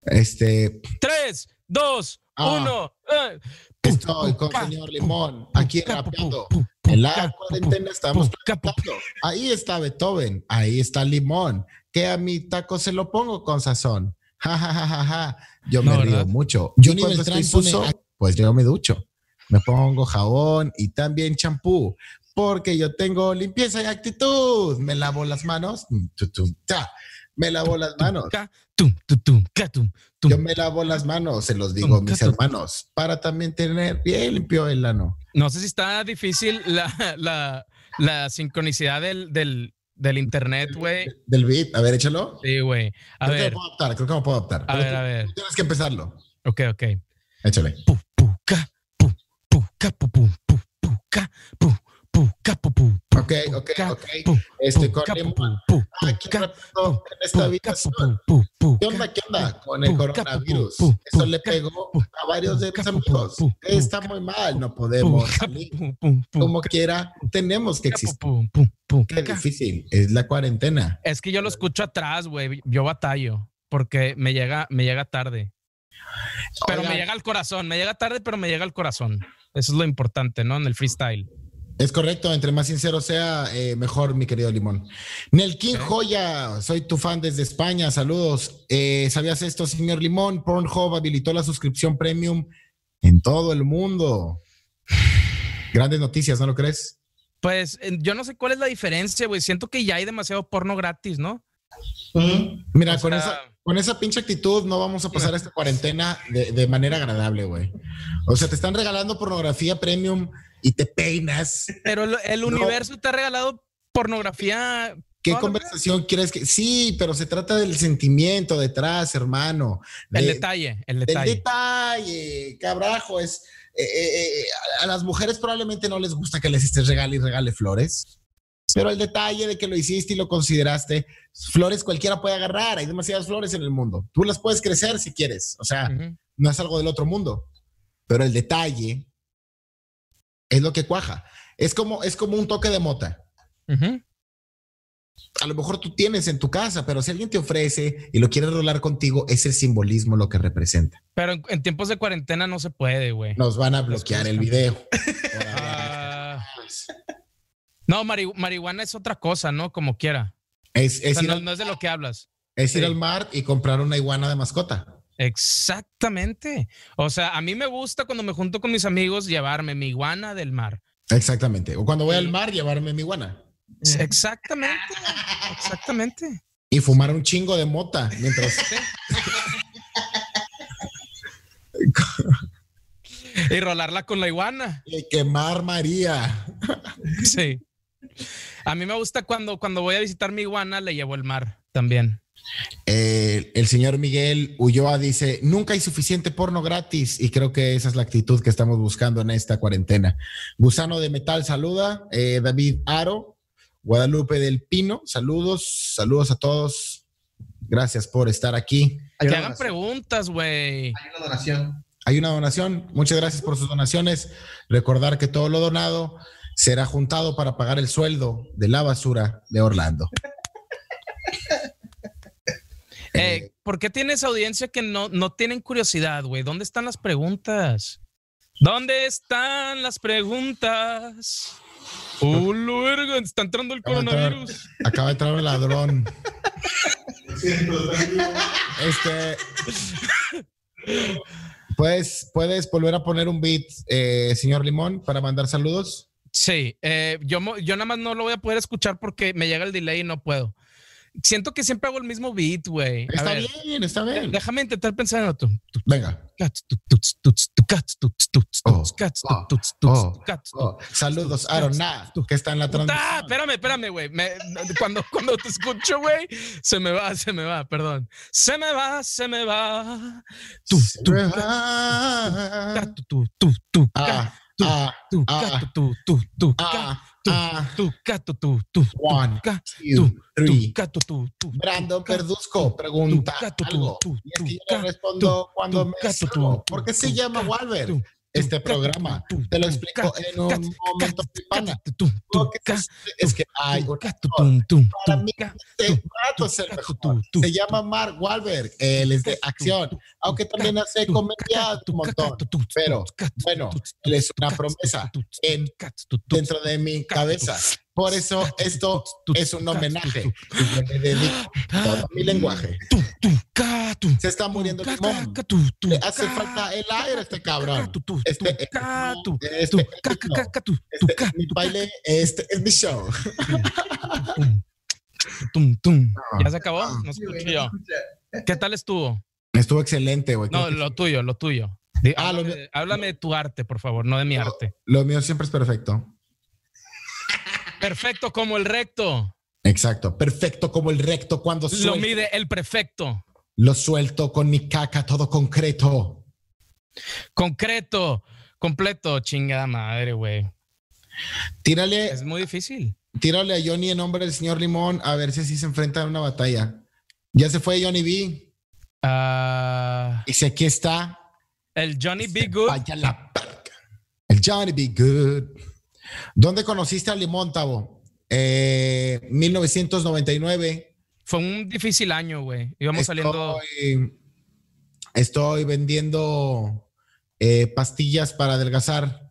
[SPEAKER 3] Este,
[SPEAKER 2] sé. Tres, dos,
[SPEAKER 3] Ah.
[SPEAKER 2] uno. eh.
[SPEAKER 3] estoy con
[SPEAKER 2] Pum,
[SPEAKER 3] señor Limón, aquí
[SPEAKER 2] pum,
[SPEAKER 3] rapeando.
[SPEAKER 2] pum, pum,
[SPEAKER 3] En
[SPEAKER 2] pum,
[SPEAKER 3] la
[SPEAKER 2] pum,
[SPEAKER 3] cuarentena
[SPEAKER 2] pum,
[SPEAKER 3] estamos
[SPEAKER 2] pum, pum.
[SPEAKER 3] platicando. Ahí está Beethoven, ahí está Limón, que a mi taco se lo pongo con sazón. Ja, ja, ja, ja, ja. Yo
[SPEAKER 2] No,
[SPEAKER 3] me
[SPEAKER 2] ¿verdad?
[SPEAKER 3] río mucho. Yo
[SPEAKER 4] cuando
[SPEAKER 3] Beltrán
[SPEAKER 4] estoy
[SPEAKER 3] pone,
[SPEAKER 4] sucio?
[SPEAKER 3] "Ah, pues yo me ducho. Me pongo jabón y también champú, porque yo tengo limpieza y actitud. Me lavo las manos, Mm, tu, tu, ta. me lavo las manos.
[SPEAKER 2] Ca, tum, tu, tum, ca, tum, tum.
[SPEAKER 3] Yo me lavo las manos, se los digo a mis hermanos, para también tener bien limpio el ano.
[SPEAKER 2] No sé si está difícil la, la, la sincronicidad del, del, del internet, güey.
[SPEAKER 3] Del beat, a ver, échalo.
[SPEAKER 2] Sí, güey. A
[SPEAKER 3] creo que
[SPEAKER 2] ver,
[SPEAKER 3] lo puedo optar, creo que lo puedo optar.
[SPEAKER 2] a
[SPEAKER 3] Pero
[SPEAKER 2] ver, a ver.
[SPEAKER 3] tú Tienes que empezarlo.
[SPEAKER 2] Ok, ok.
[SPEAKER 3] Échale.
[SPEAKER 2] Pu, pu, ca, pu, pu, ca, pu, pu, pu, pu, ca, pu, pu, ca, pu, pu, pu,
[SPEAKER 3] Ok, Ok, ok,
[SPEAKER 2] ca-
[SPEAKER 3] ok.
[SPEAKER 2] pu-
[SPEAKER 3] Este,
[SPEAKER 2] pu- ca-
[SPEAKER 3] corrimos
[SPEAKER 2] pu- pu- pu-
[SPEAKER 3] aquí
[SPEAKER 2] ca-
[SPEAKER 3] rapando en esta
[SPEAKER 2] pu- ca- pu-
[SPEAKER 3] habitación.
[SPEAKER 2] pu- pu-
[SPEAKER 3] ¿Qué onda, qué onda con el
[SPEAKER 2] pu-
[SPEAKER 3] coronavirus?
[SPEAKER 2] pu- pu-
[SPEAKER 3] Eso le
[SPEAKER 2] ca-
[SPEAKER 3] pegó
[SPEAKER 2] pu-
[SPEAKER 3] a varios de
[SPEAKER 2] pu-
[SPEAKER 3] mis
[SPEAKER 2] pu-
[SPEAKER 3] amigos.
[SPEAKER 2] pu- pu-
[SPEAKER 3] Está muy mal, no
[SPEAKER 2] pu-
[SPEAKER 3] podemos
[SPEAKER 2] ca-
[SPEAKER 3] salir.
[SPEAKER 2] pu- pu- pu-
[SPEAKER 3] Como quiera, tenemos que
[SPEAKER 2] ca-
[SPEAKER 3] existir.
[SPEAKER 2] pu- pu- pu-
[SPEAKER 3] Qué
[SPEAKER 2] ca-
[SPEAKER 3] difícil, es la cuarentena.
[SPEAKER 2] Es que yo lo escucho atrás, güey. Yo batallo porque me llega, me llega tarde. Pero
[SPEAKER 3] Oigan.
[SPEAKER 2] me llega al corazón. Me llega tarde, pero me llega al corazón. Eso es lo importante, ¿no? En el freestyle.
[SPEAKER 3] Es correcto, entre más sincero sea, eh, mejor, mi querido Limón. Nelkin
[SPEAKER 2] Ok.
[SPEAKER 3] Joya, soy tu fan desde España, saludos. Eh, ¿Sabías esto, señor Limón? Pornhub habilitó la suscripción premium en todo el mundo. Grandes noticias, ¿no lo crees?
[SPEAKER 2] Pues eh, yo no sé cuál es la diferencia, güey. Siento que ya hay demasiado porno gratis, ¿no?
[SPEAKER 1] Ujú.
[SPEAKER 3] Mira,
[SPEAKER 2] O
[SPEAKER 3] Ah, con,
[SPEAKER 2] sea-
[SPEAKER 3] esa, con esa pinche actitud no vamos a pasar esta cuarentena de, de manera agradable, güey. O sea, te están regalando pornografía premium y te peinas.
[SPEAKER 2] Pero el, el
[SPEAKER 3] No.
[SPEAKER 2] universo te ha regalado pornografía.
[SPEAKER 3] ¿Qué
[SPEAKER 2] No, no,
[SPEAKER 3] conversación quieres que.? Sí, pero se trata del sentimiento detrás, hermano.
[SPEAKER 2] El
[SPEAKER 3] De-
[SPEAKER 2] detalle, el
[SPEAKER 3] Del
[SPEAKER 2] detalle.
[SPEAKER 3] detalle, cabrajo. Es, eh, eh, eh, a, a las mujeres probablemente no les gusta que les estés regale y regale flores. Pero el detalle de que lo hiciste y lo consideraste, flores cualquiera puede agarrar. Hay demasiadas flores en el mundo. Tú las puedes crecer si quieres. O sea,
[SPEAKER 2] Ujú.
[SPEAKER 3] no es algo del otro mundo. Pero el detalle es lo que cuaja. Es como, es como un toque de mota.
[SPEAKER 2] Ujú.
[SPEAKER 3] a lo mejor tú tienes en tu casa, pero si alguien te ofrece y lo quiere rolar contigo, es el simbolismo lo que representa.
[SPEAKER 2] Pero en, en tiempos de cuarentena no se puede, güey.
[SPEAKER 3] Nos van a bloquear el video.
[SPEAKER 2] <laughs>
[SPEAKER 3] Ahora,
[SPEAKER 2] Ah, no, mari- marihuana es otra cosa, ¿no? Como quiera.
[SPEAKER 3] es,
[SPEAKER 2] O
[SPEAKER 3] es
[SPEAKER 2] sea,
[SPEAKER 3] ir
[SPEAKER 2] no,
[SPEAKER 3] al,
[SPEAKER 2] no es de lo que hablas.
[SPEAKER 3] es ir al mar y comprar una iguana de mascota.
[SPEAKER 2] Exactamente. O sea, a mí me gusta cuando me junto con mis amigos llevarme mi iguana del mar.
[SPEAKER 3] Exactamente. O cuando voy al mar, llevarme mi iguana.
[SPEAKER 2] Eh, Exactamente. Exactamente.
[SPEAKER 3] Y fumar un chingo de mota mientras...
[SPEAKER 2] <laughs> Y rolarla con la <laughs> iguana.
[SPEAKER 3] Y quemar María.
[SPEAKER 2] Sí. A mí me gusta cuando, cuando voy a visitar mi iguana, le llevo el mar también.
[SPEAKER 3] Eh, el señor Miguel Ulloa dice, nunca hay suficiente porno gratis y creo que esa es la actitud que estamos buscando en esta cuarentena. Gusano de Metal saluda, eh, David Aro, Guadalupe del Pino, saludos, saludos a todos, gracias por estar aquí.
[SPEAKER 1] Hay
[SPEAKER 2] Que
[SPEAKER 1] una
[SPEAKER 2] hagan
[SPEAKER 1] donación.
[SPEAKER 2] preguntas, güey.
[SPEAKER 1] Hay una donación.
[SPEAKER 3] Hay una donación, muchas gracias por sus donaciones, recordar que todo lo donado será juntado para pagar el sueldo de la basura de Orlando.
[SPEAKER 2] Eh, ¿Por qué tienes audiencia que no, no tienen curiosidad, güey? ¿Dónde están las preguntas? ¿Dónde están las preguntas? ¡Ulo, verga! Está entrando el
[SPEAKER 3] Acaba de entrar-
[SPEAKER 2] coronavirus.
[SPEAKER 3] Acaba de entrar un ladrón. Este. Pues, ¿puedes volver a poner un beat, eh, señor Limón, para mandar saludos?
[SPEAKER 2] Sí, eh, yo, mo- yo nada más no lo voy a poder escuchar porque me llega el delay y no puedo. Siento que siempre hago el mismo beat, güey. A
[SPEAKER 3] Está
[SPEAKER 2] ver,
[SPEAKER 3] bien, está bien.
[SPEAKER 2] Déjame intentar pensar en otro.
[SPEAKER 3] Venga.
[SPEAKER 2] Cats, tuts, tuts, tuts, tu, cats, tuts, tuts, tuts,
[SPEAKER 3] Oh,
[SPEAKER 2] cats,
[SPEAKER 3] oh,
[SPEAKER 2] tuts, tuts, tuts,
[SPEAKER 3] oh,
[SPEAKER 2] tu, cats, tuts.
[SPEAKER 3] Oh, saludos, Aaron, Na, que está en la
[SPEAKER 2] Puta,
[SPEAKER 3] transmisión.
[SPEAKER 2] espérame, espérame, güey. Me- Cuando, cuando te escucho, güey, se me va, se me va, perdón. Se me va, se me va. Tu,
[SPEAKER 3] Se
[SPEAKER 2] tu,
[SPEAKER 3] me
[SPEAKER 2] ca,
[SPEAKER 3] va.
[SPEAKER 2] ca, tu, tu, tu, tu, ca,
[SPEAKER 3] Ah, ah,
[SPEAKER 2] tu,
[SPEAKER 3] ah,
[SPEAKER 2] ca, tu, tu, tu, tu, ca,
[SPEAKER 3] ah,
[SPEAKER 2] tu,
[SPEAKER 3] ah.
[SPEAKER 2] tu, ca, tu, tu, tu, tu,
[SPEAKER 3] One,
[SPEAKER 2] ca,
[SPEAKER 3] two,
[SPEAKER 2] tu,
[SPEAKER 3] three.
[SPEAKER 2] ca, tu, tu, tu, tu,
[SPEAKER 3] Brandon
[SPEAKER 2] ca,
[SPEAKER 3] Perduzco pregunta
[SPEAKER 2] tu, tu,
[SPEAKER 3] algo.
[SPEAKER 2] tu,
[SPEAKER 3] Y es que yo
[SPEAKER 2] tu,
[SPEAKER 3] le respondo cuando
[SPEAKER 2] tu,
[SPEAKER 3] me
[SPEAKER 2] ca, tu, tu,
[SPEAKER 3] salgo. ¿Por qué se
[SPEAKER 2] tu,
[SPEAKER 3] llama
[SPEAKER 2] ca,
[SPEAKER 3] Walver?
[SPEAKER 2] tu, tu,
[SPEAKER 3] Este
[SPEAKER 2] ca, tu,
[SPEAKER 3] programa.
[SPEAKER 2] tu,
[SPEAKER 3] Te lo
[SPEAKER 2] tu,
[SPEAKER 3] explico
[SPEAKER 2] ca,
[SPEAKER 3] en
[SPEAKER 2] ca,
[SPEAKER 3] un momento, mi
[SPEAKER 2] ca,
[SPEAKER 3] pana.
[SPEAKER 2] tu, tu, tu,
[SPEAKER 3] Lo que
[SPEAKER 2] ca,
[SPEAKER 3] sucede es que hay
[SPEAKER 2] tu,
[SPEAKER 3] un
[SPEAKER 2] ca, tu, tum, tum,
[SPEAKER 3] para
[SPEAKER 2] tum,
[SPEAKER 3] mí
[SPEAKER 2] ca,
[SPEAKER 3] este
[SPEAKER 2] tu,
[SPEAKER 3] vato es el
[SPEAKER 2] ca,
[SPEAKER 3] mejor.
[SPEAKER 2] tu, tu,
[SPEAKER 3] Se
[SPEAKER 2] tu,
[SPEAKER 3] llama Mark Wahlberg, él es de acción, aunque también hace comedia de un montón. Pero, bueno, él es una promesa en- dentro de mi cabeza. Por eso esto es un homenaje y yo le dedico todo
[SPEAKER 2] Ah,
[SPEAKER 3] mi lenguaje. Se está muriendo el limón. Le hace falta el aire a este cabrón. Este es, este es mi show. Este es mi baile, este es mi show.
[SPEAKER 2] Ya se acabó, no
[SPEAKER 1] Sí, güey,
[SPEAKER 2] escucho
[SPEAKER 1] no
[SPEAKER 2] yo.
[SPEAKER 1] escucha.
[SPEAKER 2] ¿Qué tal estuvo?
[SPEAKER 3] Estuvo excelente, güey. Creo
[SPEAKER 2] No,
[SPEAKER 3] que
[SPEAKER 2] lo
[SPEAKER 3] sí.
[SPEAKER 2] tuyo, lo tuyo.
[SPEAKER 3] Ah, lo
[SPEAKER 2] háblame, de- háblame de tu arte, por favor, no de mi
[SPEAKER 3] No.
[SPEAKER 2] arte.
[SPEAKER 3] Lo mío siempre es perfecto.
[SPEAKER 2] Perfecto como el recto.
[SPEAKER 3] Exacto, perfecto como el recto cuando
[SPEAKER 2] Lo
[SPEAKER 3] suelto,
[SPEAKER 2] mide el prefecto.
[SPEAKER 3] lo suelto con mi caca todo concreto.
[SPEAKER 2] Concreto, completo, chingada madre, güey.
[SPEAKER 3] Tírale,
[SPEAKER 2] Es muy difícil.
[SPEAKER 3] Tírale a Johnny en nombre del señor Limón a ver si así se enfrentan a una batalla. Ya se fue Johnny B.
[SPEAKER 2] Ah,
[SPEAKER 3] Y si aquí está,
[SPEAKER 2] el Johnny
[SPEAKER 3] se
[SPEAKER 2] B. Good.
[SPEAKER 3] vaya la parca. El Johnny B. Good. ¿Dónde conociste a Limón, Tavo? Eh, 1999.
[SPEAKER 2] Fue un difícil año, güey. Íbamos saliendo.
[SPEAKER 3] Estoy, estoy vendiendo eh, pastillas para adelgazar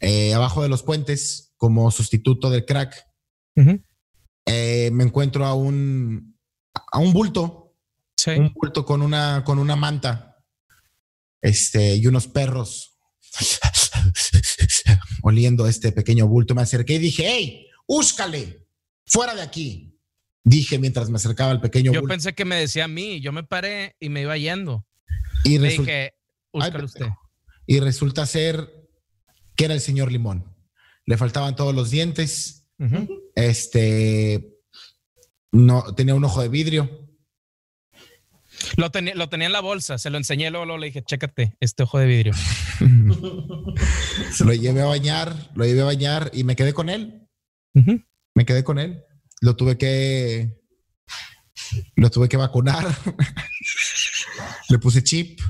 [SPEAKER 3] eh, abajo de los puentes como sustituto del crack.
[SPEAKER 2] Ujú,
[SPEAKER 3] Eh, me encuentro a un, a un bulto,
[SPEAKER 2] Sí.
[SPEAKER 3] un bulto con una, con una manta este, y unos perros <laughs> oliendo este pequeño bulto. Me acerqué y dije, hey, úscale, fuera de aquí. Dije mientras me acercaba al pequeño
[SPEAKER 2] Yo
[SPEAKER 3] bulto.
[SPEAKER 2] pensé que me decía a mí. Yo me paré y me iba yendo.
[SPEAKER 3] Y
[SPEAKER 2] Le
[SPEAKER 3] resultó
[SPEAKER 2] dije, búscalo usted.
[SPEAKER 3] pendejo. y resulta ser que era el señor Limón. Le faltaban todos los dientes,
[SPEAKER 2] Ujú.
[SPEAKER 3] este, no tenía un ojo de vidrio.
[SPEAKER 2] Lo, tenía, lo tenía en la bolsa. Se lo enseñé luego, luego le dije, chécate este ojo de vidrio.
[SPEAKER 3] lo llevé a bañar, lo llevé a bañar y me quedé con él.
[SPEAKER 2] Ujú.
[SPEAKER 3] Me quedé con él. Lo tuve que, lo tuve que vacunar. <laughs> Le puse chip.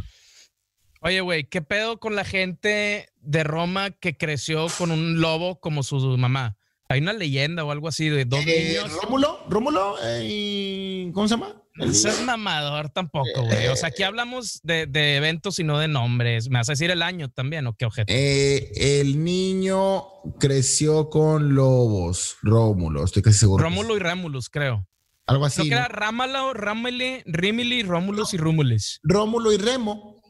[SPEAKER 2] Oye, güey, ¿qué pedo con la gente de Roma que creció con un lobo como su mamá? Hay una leyenda o algo así de dos
[SPEAKER 3] Eh,
[SPEAKER 2] niños.
[SPEAKER 3] Rómulo, Rómulo, eh, ¿cómo se llama?
[SPEAKER 2] No seas mamador tampoco, güey. O sea, aquí hablamos de, de eventos y no de nombres. Me vas a decir el año también, ¿o qué objeto?
[SPEAKER 3] Eh, el niño creció con lobos. Rómulo, estoy casi seguro. que es
[SPEAKER 2] Rómulo y Rémulus, creo. Creo
[SPEAKER 3] Algo así.
[SPEAKER 2] que
[SPEAKER 3] ¿no?
[SPEAKER 2] era Rámalo, Rámele, Rímili, Rómulus y Rúmulis.
[SPEAKER 3] Rómulo y Remo.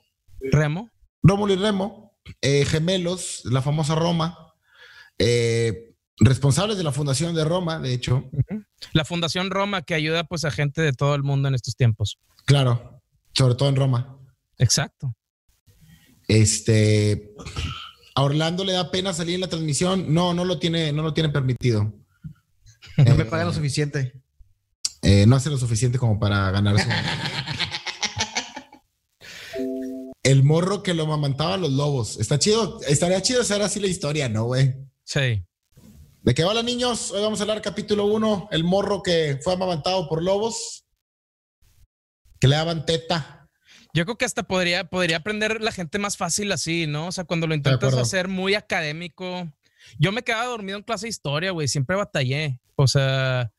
[SPEAKER 2] ¿Remo?
[SPEAKER 3] Rómulo y Remo, eh, gemelos, la famosa Roma. eh, responsables de la fundación de Roma, de hecho.
[SPEAKER 2] La Fundación Roma que ayuda pues a gente de todo el mundo en estos tiempos.
[SPEAKER 3] Claro, sobre todo en Roma.
[SPEAKER 2] Exacto.
[SPEAKER 3] Este. A Orlando le da pena salir en la transmisión. No, no lo tiene, no lo tiene permitido.
[SPEAKER 1] No me
[SPEAKER 3] Eh,
[SPEAKER 1] pagan lo suficiente.
[SPEAKER 3] Eh, no hace lo suficiente como para ganar
[SPEAKER 1] <laughs>
[SPEAKER 3] su... El morro que lo mamantaba a los lobos. Está chido, estaría chido hacer así la historia, ¿no, güey?
[SPEAKER 2] Sí.
[SPEAKER 3] ¿De qué va la niños? Hoy vamos a hablar capítulo 1, el morro que fue amamantado por lobos, que le daban teta.
[SPEAKER 2] Yo creo que hasta podría, podría aprender la gente más fácil así, ¿no? O sea, cuando lo
[SPEAKER 3] De
[SPEAKER 2] intentas
[SPEAKER 3] acuerdo.
[SPEAKER 2] hacer muy académico. Yo me quedaba dormido en clase de historia, güey. Siempre batallé. O sea,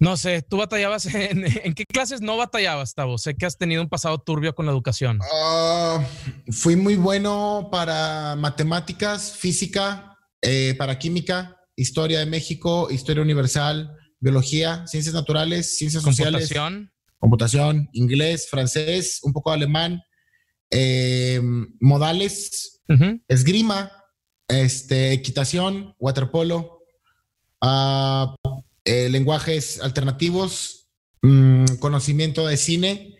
[SPEAKER 2] no sé, tú batallabas <laughs> en, en qué clases no batallabas, Tavo. Sé que has tenido un pasado turbio con la educación.
[SPEAKER 3] Ah, fui muy bueno para matemáticas, física, eh, para química, historia de México, historia universal, biología, ciencias naturales, ciencias sociales.
[SPEAKER 2] Computación.
[SPEAKER 3] computación, inglés, francés, un poco de alemán, eh, modales,
[SPEAKER 2] Ujú.
[SPEAKER 3] esgrima, este, equitación, waterpolo, ah, eh, lenguajes alternativos, mm, conocimiento de cine,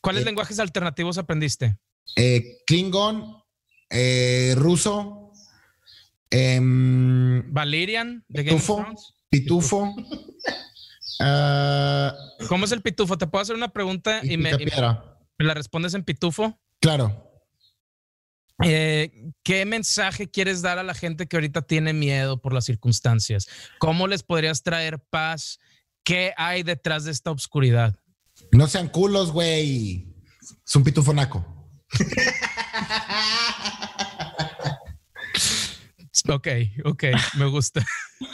[SPEAKER 2] ¿Cuáles
[SPEAKER 3] Eh,
[SPEAKER 2] lenguajes alternativos aprendiste?
[SPEAKER 3] eh, klingon, eh, ruso, em,
[SPEAKER 2] Valerian, de Game of
[SPEAKER 3] Pitufo.
[SPEAKER 2] Thrones. <laughs>
[SPEAKER 3] pitufo, ah,
[SPEAKER 2] ¿Cómo es el pitufo? Te puedo hacer una pregunta
[SPEAKER 3] y
[SPEAKER 2] Ah, y me, y me
[SPEAKER 3] picapiedra.
[SPEAKER 2] la respondes en pitufo.
[SPEAKER 3] Claro.
[SPEAKER 2] Eh, ¿Qué mensaje quieres dar a la gente que ahorita tiene miedo por las circunstancias? ¿Cómo les podrías traer paz? ¿Qué hay detrás de esta oscuridad?
[SPEAKER 3] No sean culos, güey. Es un pitufonaco.
[SPEAKER 2] Ok, ok, me gusta. <laughs>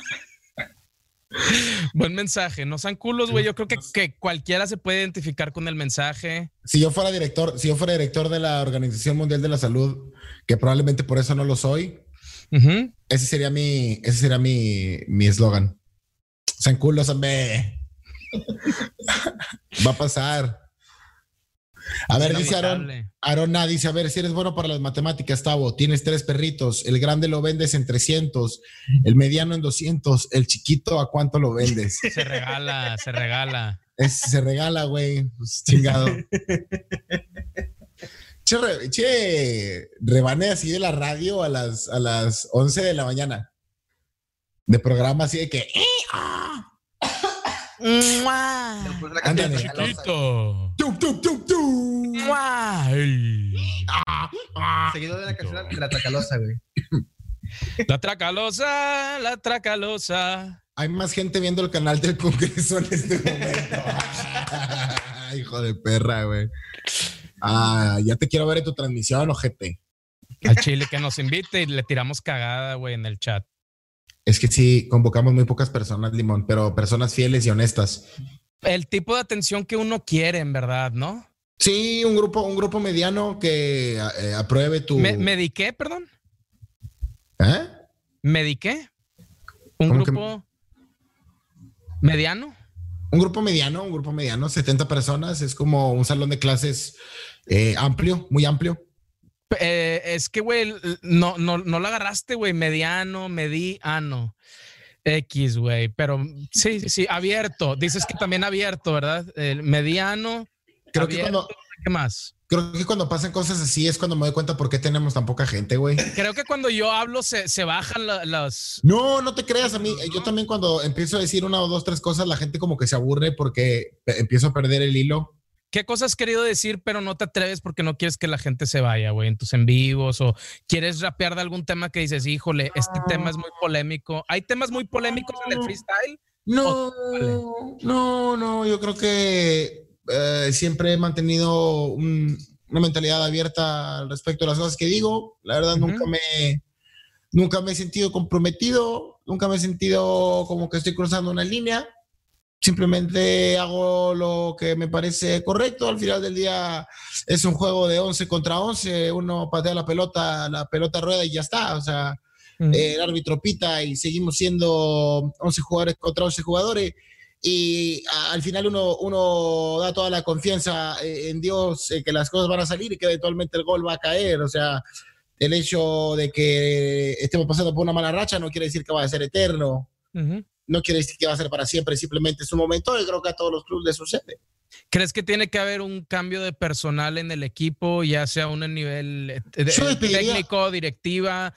[SPEAKER 2] Buen mensaje, no sean culos, güey. Yo creo que, que cualquiera se puede identificar con el mensaje.
[SPEAKER 3] Si yo fuera director, si yo fuera director de la Organización Mundial de la Salud, que probablemente por eso no lo soy,
[SPEAKER 2] Ujú.
[SPEAKER 3] ese sería mi, ese sería mi, mi eslogan. Sean culos, hombre. Va a pasar. A ver, dice Aaron.
[SPEAKER 2] Lamentable.
[SPEAKER 3] Aaron A dice, a ver, si eres bueno para las matemáticas, Tavo, tienes tres perritos, el grande lo vendes en 300, el mediano en 200, el chiquito, ¿a cuánto lo vendes?
[SPEAKER 2] Se regala, se
[SPEAKER 3] <laughs>
[SPEAKER 2] regala.
[SPEAKER 3] Es- se regala, güey. Pues, chingado. che, re- che, rebané así de la radio a las, a las 11 de la mañana. De programa así de que... "Eh, ah,
[SPEAKER 2] Ah.
[SPEAKER 1] Le puse la canción
[SPEAKER 3] ándale.
[SPEAKER 1] de Regalosa,
[SPEAKER 2] Chiquito.
[SPEAKER 3] tum, tum, tum, tum".
[SPEAKER 2] Guay.
[SPEAKER 3] Ah, ah.
[SPEAKER 1] Seguido de la canción de la Tracalosa, güey.
[SPEAKER 2] La tracalosa, la tracalosa.
[SPEAKER 3] Hay más gente viendo el canal del Congreso en este momento. <laughs> Hijo de perra, güey. Ah, ya te quiero ver en tu transmisión, ojete.
[SPEAKER 2] Al Chile que nos invite y le tiramos cagada, güey, en el chat.
[SPEAKER 3] Es que sí, convocamos muy pocas personas, Limón, pero personas fieles y honestas.
[SPEAKER 2] El tipo de atención que uno quiere, en verdad, ¿no?
[SPEAKER 3] Sí, un grupo, un grupo mediano que eh, apruebe tu.
[SPEAKER 2] Me, mediqué, perdón.
[SPEAKER 3] ¿Eh?
[SPEAKER 2] Mediqué. Un
[SPEAKER 3] ¿Cómo que-
[SPEAKER 2] grupo mediano.
[SPEAKER 3] Un grupo mediano, un grupo mediano, 70 personas, es como un salón de clases eh, amplio, muy amplio.
[SPEAKER 2] Eh, es que, güey, l- no, no, no la agarraste, güey. Mediano, mediano. X, güey. Pero sí, sí, sí, abierto. Dices que también abierto, ¿verdad? El mediano.
[SPEAKER 3] Creo que,
[SPEAKER 2] abierto,
[SPEAKER 3] cuando,
[SPEAKER 2] ¿Qué más?
[SPEAKER 3] creo que cuando pasan cosas así es cuando me doy cuenta por qué tenemos tan poca gente, güey.
[SPEAKER 2] Creo que cuando yo hablo se, se bajan la- las.
[SPEAKER 3] No, no te creas a mí. eh, Yo también cuando empiezo a decir una o dos, tres cosas, la gente como que se aburre porque pe- empiezo a perder el hilo.
[SPEAKER 2] ¿Qué cosas has querido decir, pero no te atreves porque no quieres que la gente se vaya, güey, en tus en vivos o quieres rapear de algún tema que dices, híjole, este tema es muy polémico? ¿Hay temas muy polémicos en el freestyle?
[SPEAKER 3] No, no, no, yo creo que eh, siempre he mantenido un- una mentalidad abierta al respecto de las cosas que digo. La verdad,
[SPEAKER 2] Ujú.
[SPEAKER 3] nunca me nunca me he sentido comprometido, nunca me he sentido como que estoy cruzando una línea. Simplemente hago lo que me parece correcto. Al final del día es un juego de 11 contra 11. Uno patea la pelota, la pelota rueda y ya está. O sea,
[SPEAKER 2] Eh,
[SPEAKER 3] el árbitro pita y seguimos siendo 11 jugadores contra 11 jugadores. Y a- al final uno, uno da toda la confianza eh, en Dios eh, que las cosas van a salir y que eventualmente el gol va a caer. O sea, el hecho de que estemos pasando por una mala racha no quiere decir que va a ser eterno,
[SPEAKER 2] Ujú.
[SPEAKER 3] no quiere decir que va a ser para siempre, simplemente es un momento y creo que a todos los clubes les sucede.
[SPEAKER 2] ¿Crees que tiene que haber un cambio de personal en el equipo, ya sea un nivel eh, de-
[SPEAKER 3] Yo le pediría-
[SPEAKER 2] técnico, directiva?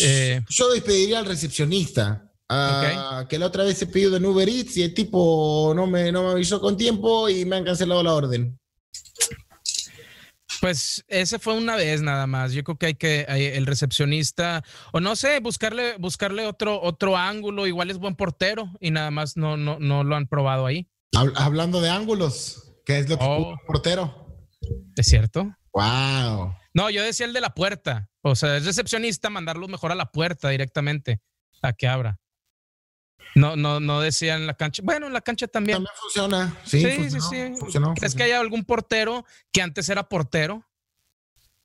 [SPEAKER 2] Eh.
[SPEAKER 3] Yo despediría al recepcionista. ah, Que la otra vez se pidió de Uber Eats y el tipo no me, no me avisó con tiempo y me han cancelado la orden.
[SPEAKER 2] Pues ese fue una vez nada más. Yo creo que hay que hay- el recepcionista o no sé, buscarle buscarle otro otro ángulo, igual es buen portero y nada más no no no lo han probado ahí.
[SPEAKER 3] Hab- hablando de ángulos, que es lo que
[SPEAKER 2] Oh.
[SPEAKER 3] ocupa un portero.
[SPEAKER 2] ¿Es cierto?
[SPEAKER 3] Wow.
[SPEAKER 2] No, yo decía el de la puerta. O sea, el recepcionista mandarlo mejor a la puerta directamente a que abra. No no no decía en la cancha. Bueno, en la cancha también.
[SPEAKER 3] También funciona. Sí,
[SPEAKER 2] Sí, sí,
[SPEAKER 3] funcionó,
[SPEAKER 2] sí.
[SPEAKER 3] funcionó,
[SPEAKER 2] ¿Crees que
[SPEAKER 3] funcionó.
[SPEAKER 2] hay algún portero que antes era portero?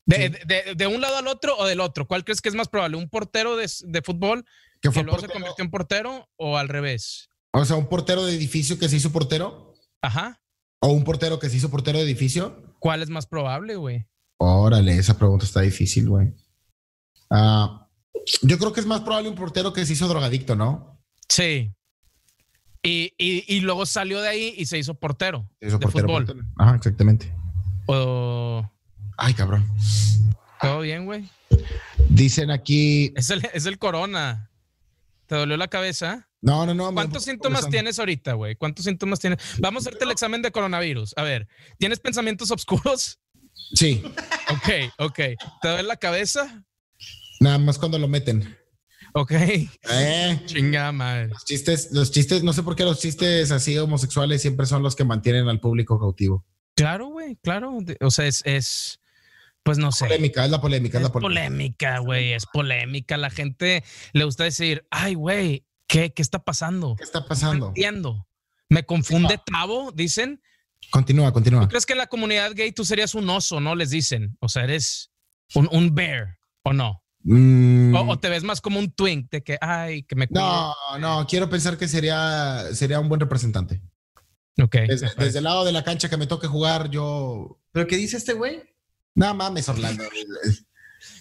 [SPEAKER 2] De,
[SPEAKER 3] Sí.
[SPEAKER 2] de- de- de un lado al otro o del otro? ¿Cuál crees que es más probable? ¿Un portero de, de fútbol
[SPEAKER 3] Que
[SPEAKER 2] que
[SPEAKER 3] fue
[SPEAKER 2] luego se
[SPEAKER 3] portero.
[SPEAKER 2] convirtió en portero o al revés?
[SPEAKER 3] O sea, un portero de edificio que se hizo portero.
[SPEAKER 2] Ajá.
[SPEAKER 3] O un portero que se hizo portero de edificio.
[SPEAKER 2] ¿Cuál es más probable, güey?
[SPEAKER 3] Órale, esa pregunta está difícil, güey. Ah, yo creo que es más probable un portero que se hizo drogadicto, ¿no?
[SPEAKER 2] Sí. Y, y- y luego salió de ahí y se hizo portero
[SPEAKER 3] Se hizo
[SPEAKER 2] de fútbol.
[SPEAKER 3] portero. Ajá, exactamente.
[SPEAKER 2] O-
[SPEAKER 3] Ay, cabrón.
[SPEAKER 2] ¿Todo bien, güey?
[SPEAKER 3] Dicen aquí.
[SPEAKER 2] Es el, es el corona. ¿Te dolió la cabeza?
[SPEAKER 3] No, no, no. me-
[SPEAKER 2] ¿Cuántos síntomas tienes ahorita, güey? ¿Cuántos síntomas tienes? Vamos a hacerte el examen de coronavirus. A ver, ¿tienes pensamientos oscuros? <laughs>
[SPEAKER 3] Sí,
[SPEAKER 2] Ok, ok. ¿Te duele la cabeza?
[SPEAKER 3] nada más cuando lo meten.
[SPEAKER 2] Ok. <laughs>
[SPEAKER 3] Eh.
[SPEAKER 2] Chinga madre.
[SPEAKER 3] Los chistes, los chistes, no sé por qué los chistes así homosexuales siempre son los que mantienen al público cautivo.
[SPEAKER 2] Claro, güey, claro. De- O sea, es, es pues no sé.
[SPEAKER 3] Polémica, es la polémica, es
[SPEAKER 2] Es
[SPEAKER 3] la polémica.
[SPEAKER 2] polémica, güey, es polémica. La gente le gusta decir, ay, güey, ¿qué, ¿qué está pasando?
[SPEAKER 3] ¿Qué está
[SPEAKER 2] No
[SPEAKER 3] pasando?
[SPEAKER 2] entiendo. Me confunde Tavo, dicen.
[SPEAKER 3] Continúa, continúa.
[SPEAKER 2] ¿Crees que en la comunidad gay tú serías un oso, no? Les dicen. O sea, eres un, un bear, ¿o no?
[SPEAKER 3] Mm,
[SPEAKER 2] O, o te ves más como un twink de que, ay, que me cuide.
[SPEAKER 3] no, no, quiero pensar que sería, sería un buen representante.
[SPEAKER 2] Ok.
[SPEAKER 3] Desde, desde el lado de la cancha que me toque jugar, yo.
[SPEAKER 1] ¿Pero qué dice este güey?
[SPEAKER 3] Nada mames, Orlando.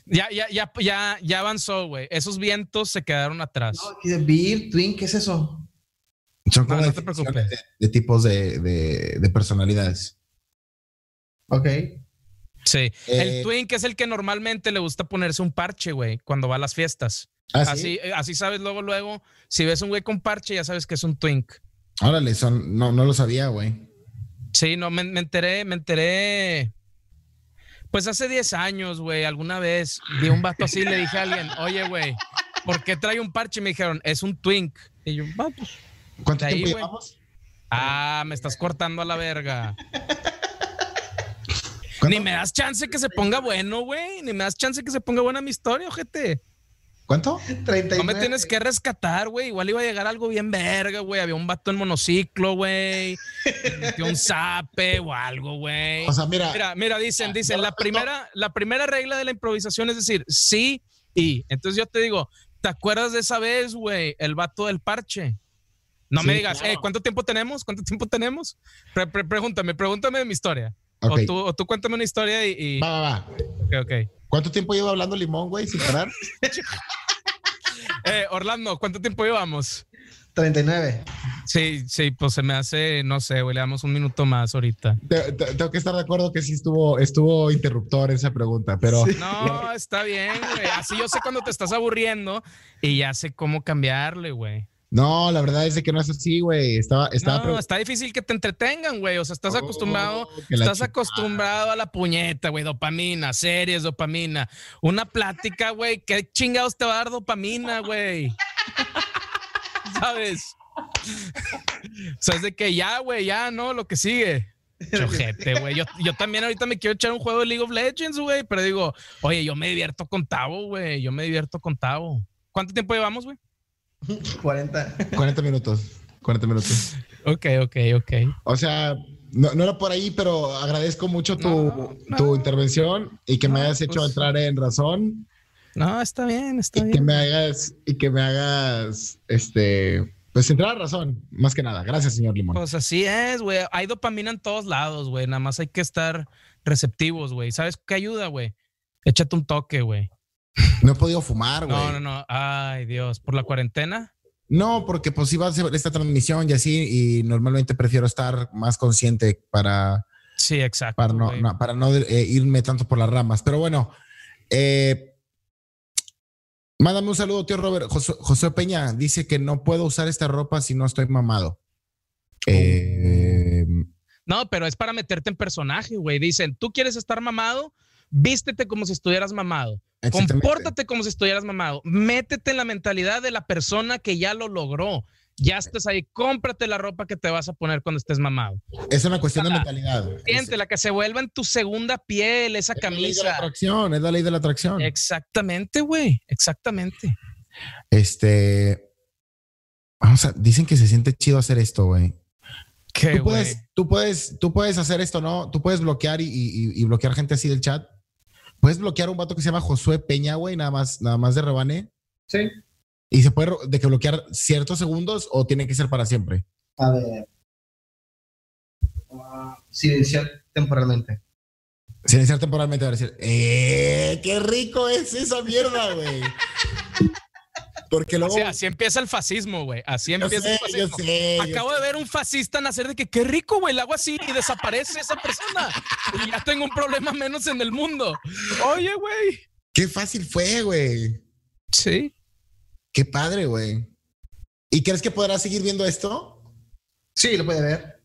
[SPEAKER 2] Ya, ya, ya, ya, ya avanzó, güey. Esos vientos se quedaron atrás.
[SPEAKER 1] No, aquí de Beer, Twin, ¿qué es eso?
[SPEAKER 3] Son como
[SPEAKER 2] No, no te
[SPEAKER 3] definiciones
[SPEAKER 2] preocupes.
[SPEAKER 3] de, de tipos de, de- de personalidades.
[SPEAKER 1] Ok. <laughs>
[SPEAKER 2] Sí.
[SPEAKER 3] Eh,
[SPEAKER 2] el twink es el que normalmente le gusta ponerse un parche, güey, cuando va a las fiestas.
[SPEAKER 3] Ah, ¿sí?
[SPEAKER 2] Así, eh, así sabes luego, luego, si ves un güey con parche, ya sabes que es un twink.
[SPEAKER 3] Órale, son, no, no lo sabía, güey.
[SPEAKER 2] Sí, no, me, me enteré, me enteré. Pues hace 10 años, güey, alguna vez vi un vato así y le dije a alguien, oye, güey, ¿por qué trae un parche? Y me dijeron, es un twink. Y yo, va, pues.
[SPEAKER 3] ¿Cuánto
[SPEAKER 2] Ahí,
[SPEAKER 3] tiempo
[SPEAKER 2] güey.
[SPEAKER 3] llevamos?
[SPEAKER 2] Ah, me estás cortando a la verga.
[SPEAKER 3] ¿Cuánto-
[SPEAKER 2] Ni me das chance que se ponga bueno, güey. Ni me das chance que se ponga buena mi historia, ojete.
[SPEAKER 3] ¿Cuánto?
[SPEAKER 1] 39.
[SPEAKER 2] No me tienes que rescatar, güey. Igual iba a llegar algo bien verga, güey. Había un vato en monociclo, güey. Metió un zape o algo, güey.
[SPEAKER 3] O sea, mira,
[SPEAKER 2] Mira, mira, dicen, dicen,
[SPEAKER 3] no,
[SPEAKER 2] la
[SPEAKER 3] no.
[SPEAKER 2] primera, la primera regla de la improvisación es decir sí y. Entonces yo te digo, ¿te acuerdas de esa vez, güey? El vato del parche. No me
[SPEAKER 3] Sí,
[SPEAKER 2] digas,
[SPEAKER 4] claro.
[SPEAKER 2] "Eh, ¿cuánto tiempo tenemos? ¿Cuánto tiempo tenemos? Pre- pre- pregúntame, pregúntame de mi historia.
[SPEAKER 3] ok.
[SPEAKER 2] O, tú, o tú cuéntame una historia y. y-
[SPEAKER 3] Va, va, va.
[SPEAKER 2] ok, ok.
[SPEAKER 3] ¿Cuánto tiempo lleva hablando Limón, güey, sin parar?
[SPEAKER 2] Eh, Orlando, ¿cuánto tiempo llevamos?
[SPEAKER 1] 39.
[SPEAKER 2] Sí, sí, pues se me hace, no sé, güey, le damos un minuto más ahorita.
[SPEAKER 3] Te- te- tengo que estar de acuerdo que sí estuvo, estuvo interruptor esa pregunta, pero
[SPEAKER 2] No, está bien, güey. Así yo sé cuando te estás aburriendo y ya sé cómo cambiarle, güey.
[SPEAKER 3] no, la verdad es de que no es así, güey. Estaba, estaba
[SPEAKER 2] No, está difícil que te entretengan, güey. O sea, estás acostumbrado,
[SPEAKER 3] Oh, que la
[SPEAKER 2] estás
[SPEAKER 3] chi-
[SPEAKER 2] acostumbrado a la puñeta, güey. Dopamina, series, dopamina. Una plática, güey. ¿Qué chingados te va a dar dopamina, güey? <laughs> ¿Sabes? O sea, es de que ya, güey, ya, ¿no? Lo que sigue. Chojete, güey. Yo, yo también ahorita me quiero echar un juego de League of Legends, güey. Pero digo, oye, yo me divierto con Tavo, güey. Yo me divierto con Tavo. ¿Cuánto tiempo llevamos, güey?
[SPEAKER 1] 40.
[SPEAKER 3] 40 minutos, 40 minutos.
[SPEAKER 2] Ok, ok, ok.
[SPEAKER 3] O sea, no, no era por ahí, pero agradezco mucho tu,
[SPEAKER 2] No, no.
[SPEAKER 3] tu intervención y que me
[SPEAKER 2] No,
[SPEAKER 3] hayas hecho
[SPEAKER 2] pues.
[SPEAKER 3] entrar en razón
[SPEAKER 2] No, está bien, está
[SPEAKER 3] y que
[SPEAKER 2] bien.
[SPEAKER 3] me hagas, y que me hagas, este, pues entrar en razón, más que nada. Gracias, señor Limón.
[SPEAKER 2] Pues así es, güey. Hay dopamina en todos lados, güey. Nada más hay que estar receptivos, güey. ¿Sabes qué ayuda, güey? Échate un toque, güey.
[SPEAKER 3] No he podido fumar, Ah, güey.
[SPEAKER 2] Pues, No, no, no. Ay, Dios. ¿Por la cuarentena?
[SPEAKER 3] No, porque pues iba a ser esta transmisión y así, y normalmente prefiero estar más consciente para,
[SPEAKER 2] Sí, exacto.
[SPEAKER 3] para no,
[SPEAKER 2] güey.
[SPEAKER 3] no- para no eh, irme tanto por las ramas. Pero bueno, eh, mándame un saludo, tío Robert. José, José Peña dice que no puedo usar esta ropa si no estoy mamado. Eh,
[SPEAKER 2] No, pero es para meterte en personaje, güey. Dicen, tú quieres estar mamado, vístete como si estuvieras mamado.
[SPEAKER 3] exactamente.
[SPEAKER 2] Compórtate como si estuvieras mamado. Métete en la mentalidad de la persona que ya lo logró. Ya estás ahí, cómprate la ropa que te vas a poner cuando estés mamado.
[SPEAKER 3] Es una cuestión de mentalidad.
[SPEAKER 2] Siente la que se vuelva en tu segunda piel, esa
[SPEAKER 3] Es la ley de la
[SPEAKER 2] camisa.
[SPEAKER 3] atracción, es la ley de la atracción.
[SPEAKER 2] Exactamente, güey. Exactamente.
[SPEAKER 3] Este. Vamos a, dicen que se siente chido hacer esto, güey.
[SPEAKER 2] Qué
[SPEAKER 3] tú puedes, tú puedes, tú puedes hacer esto, ¿no? Tú puedes bloquear y, y- y bloquear gente así del chat. Puedes bloquear a un vato que se llama Josué Peña, güey, nada más, nada más de rebane.
[SPEAKER 1] Sí.
[SPEAKER 3] Y se puede ro- de que bloquear ciertos segundos o tiene que ser para siempre.
[SPEAKER 1] A ver. Ah, silenciar temporalmente.
[SPEAKER 3] Silenciar temporalmente va a decir, ¡eh! ¡Qué rico es esa mierda, güey! Porque luego.
[SPEAKER 2] Así, así empieza el fascismo, güey. Así
[SPEAKER 3] yo
[SPEAKER 2] empieza
[SPEAKER 3] sé,
[SPEAKER 2] el
[SPEAKER 3] yo
[SPEAKER 2] fascismo.
[SPEAKER 3] sé, yo
[SPEAKER 2] Acabo
[SPEAKER 3] sé.
[SPEAKER 2] de ver un fascista nacer de que qué rico, güey, el agua así y desaparece esa persona. Y ya tengo un problema menos en el mundo. Oye, güey.
[SPEAKER 3] Qué fácil fue, güey.
[SPEAKER 2] Sí.
[SPEAKER 3] Qué padre, güey. ¿Y crees que podrás seguir viendo esto?
[SPEAKER 1] Sí, lo puede ver.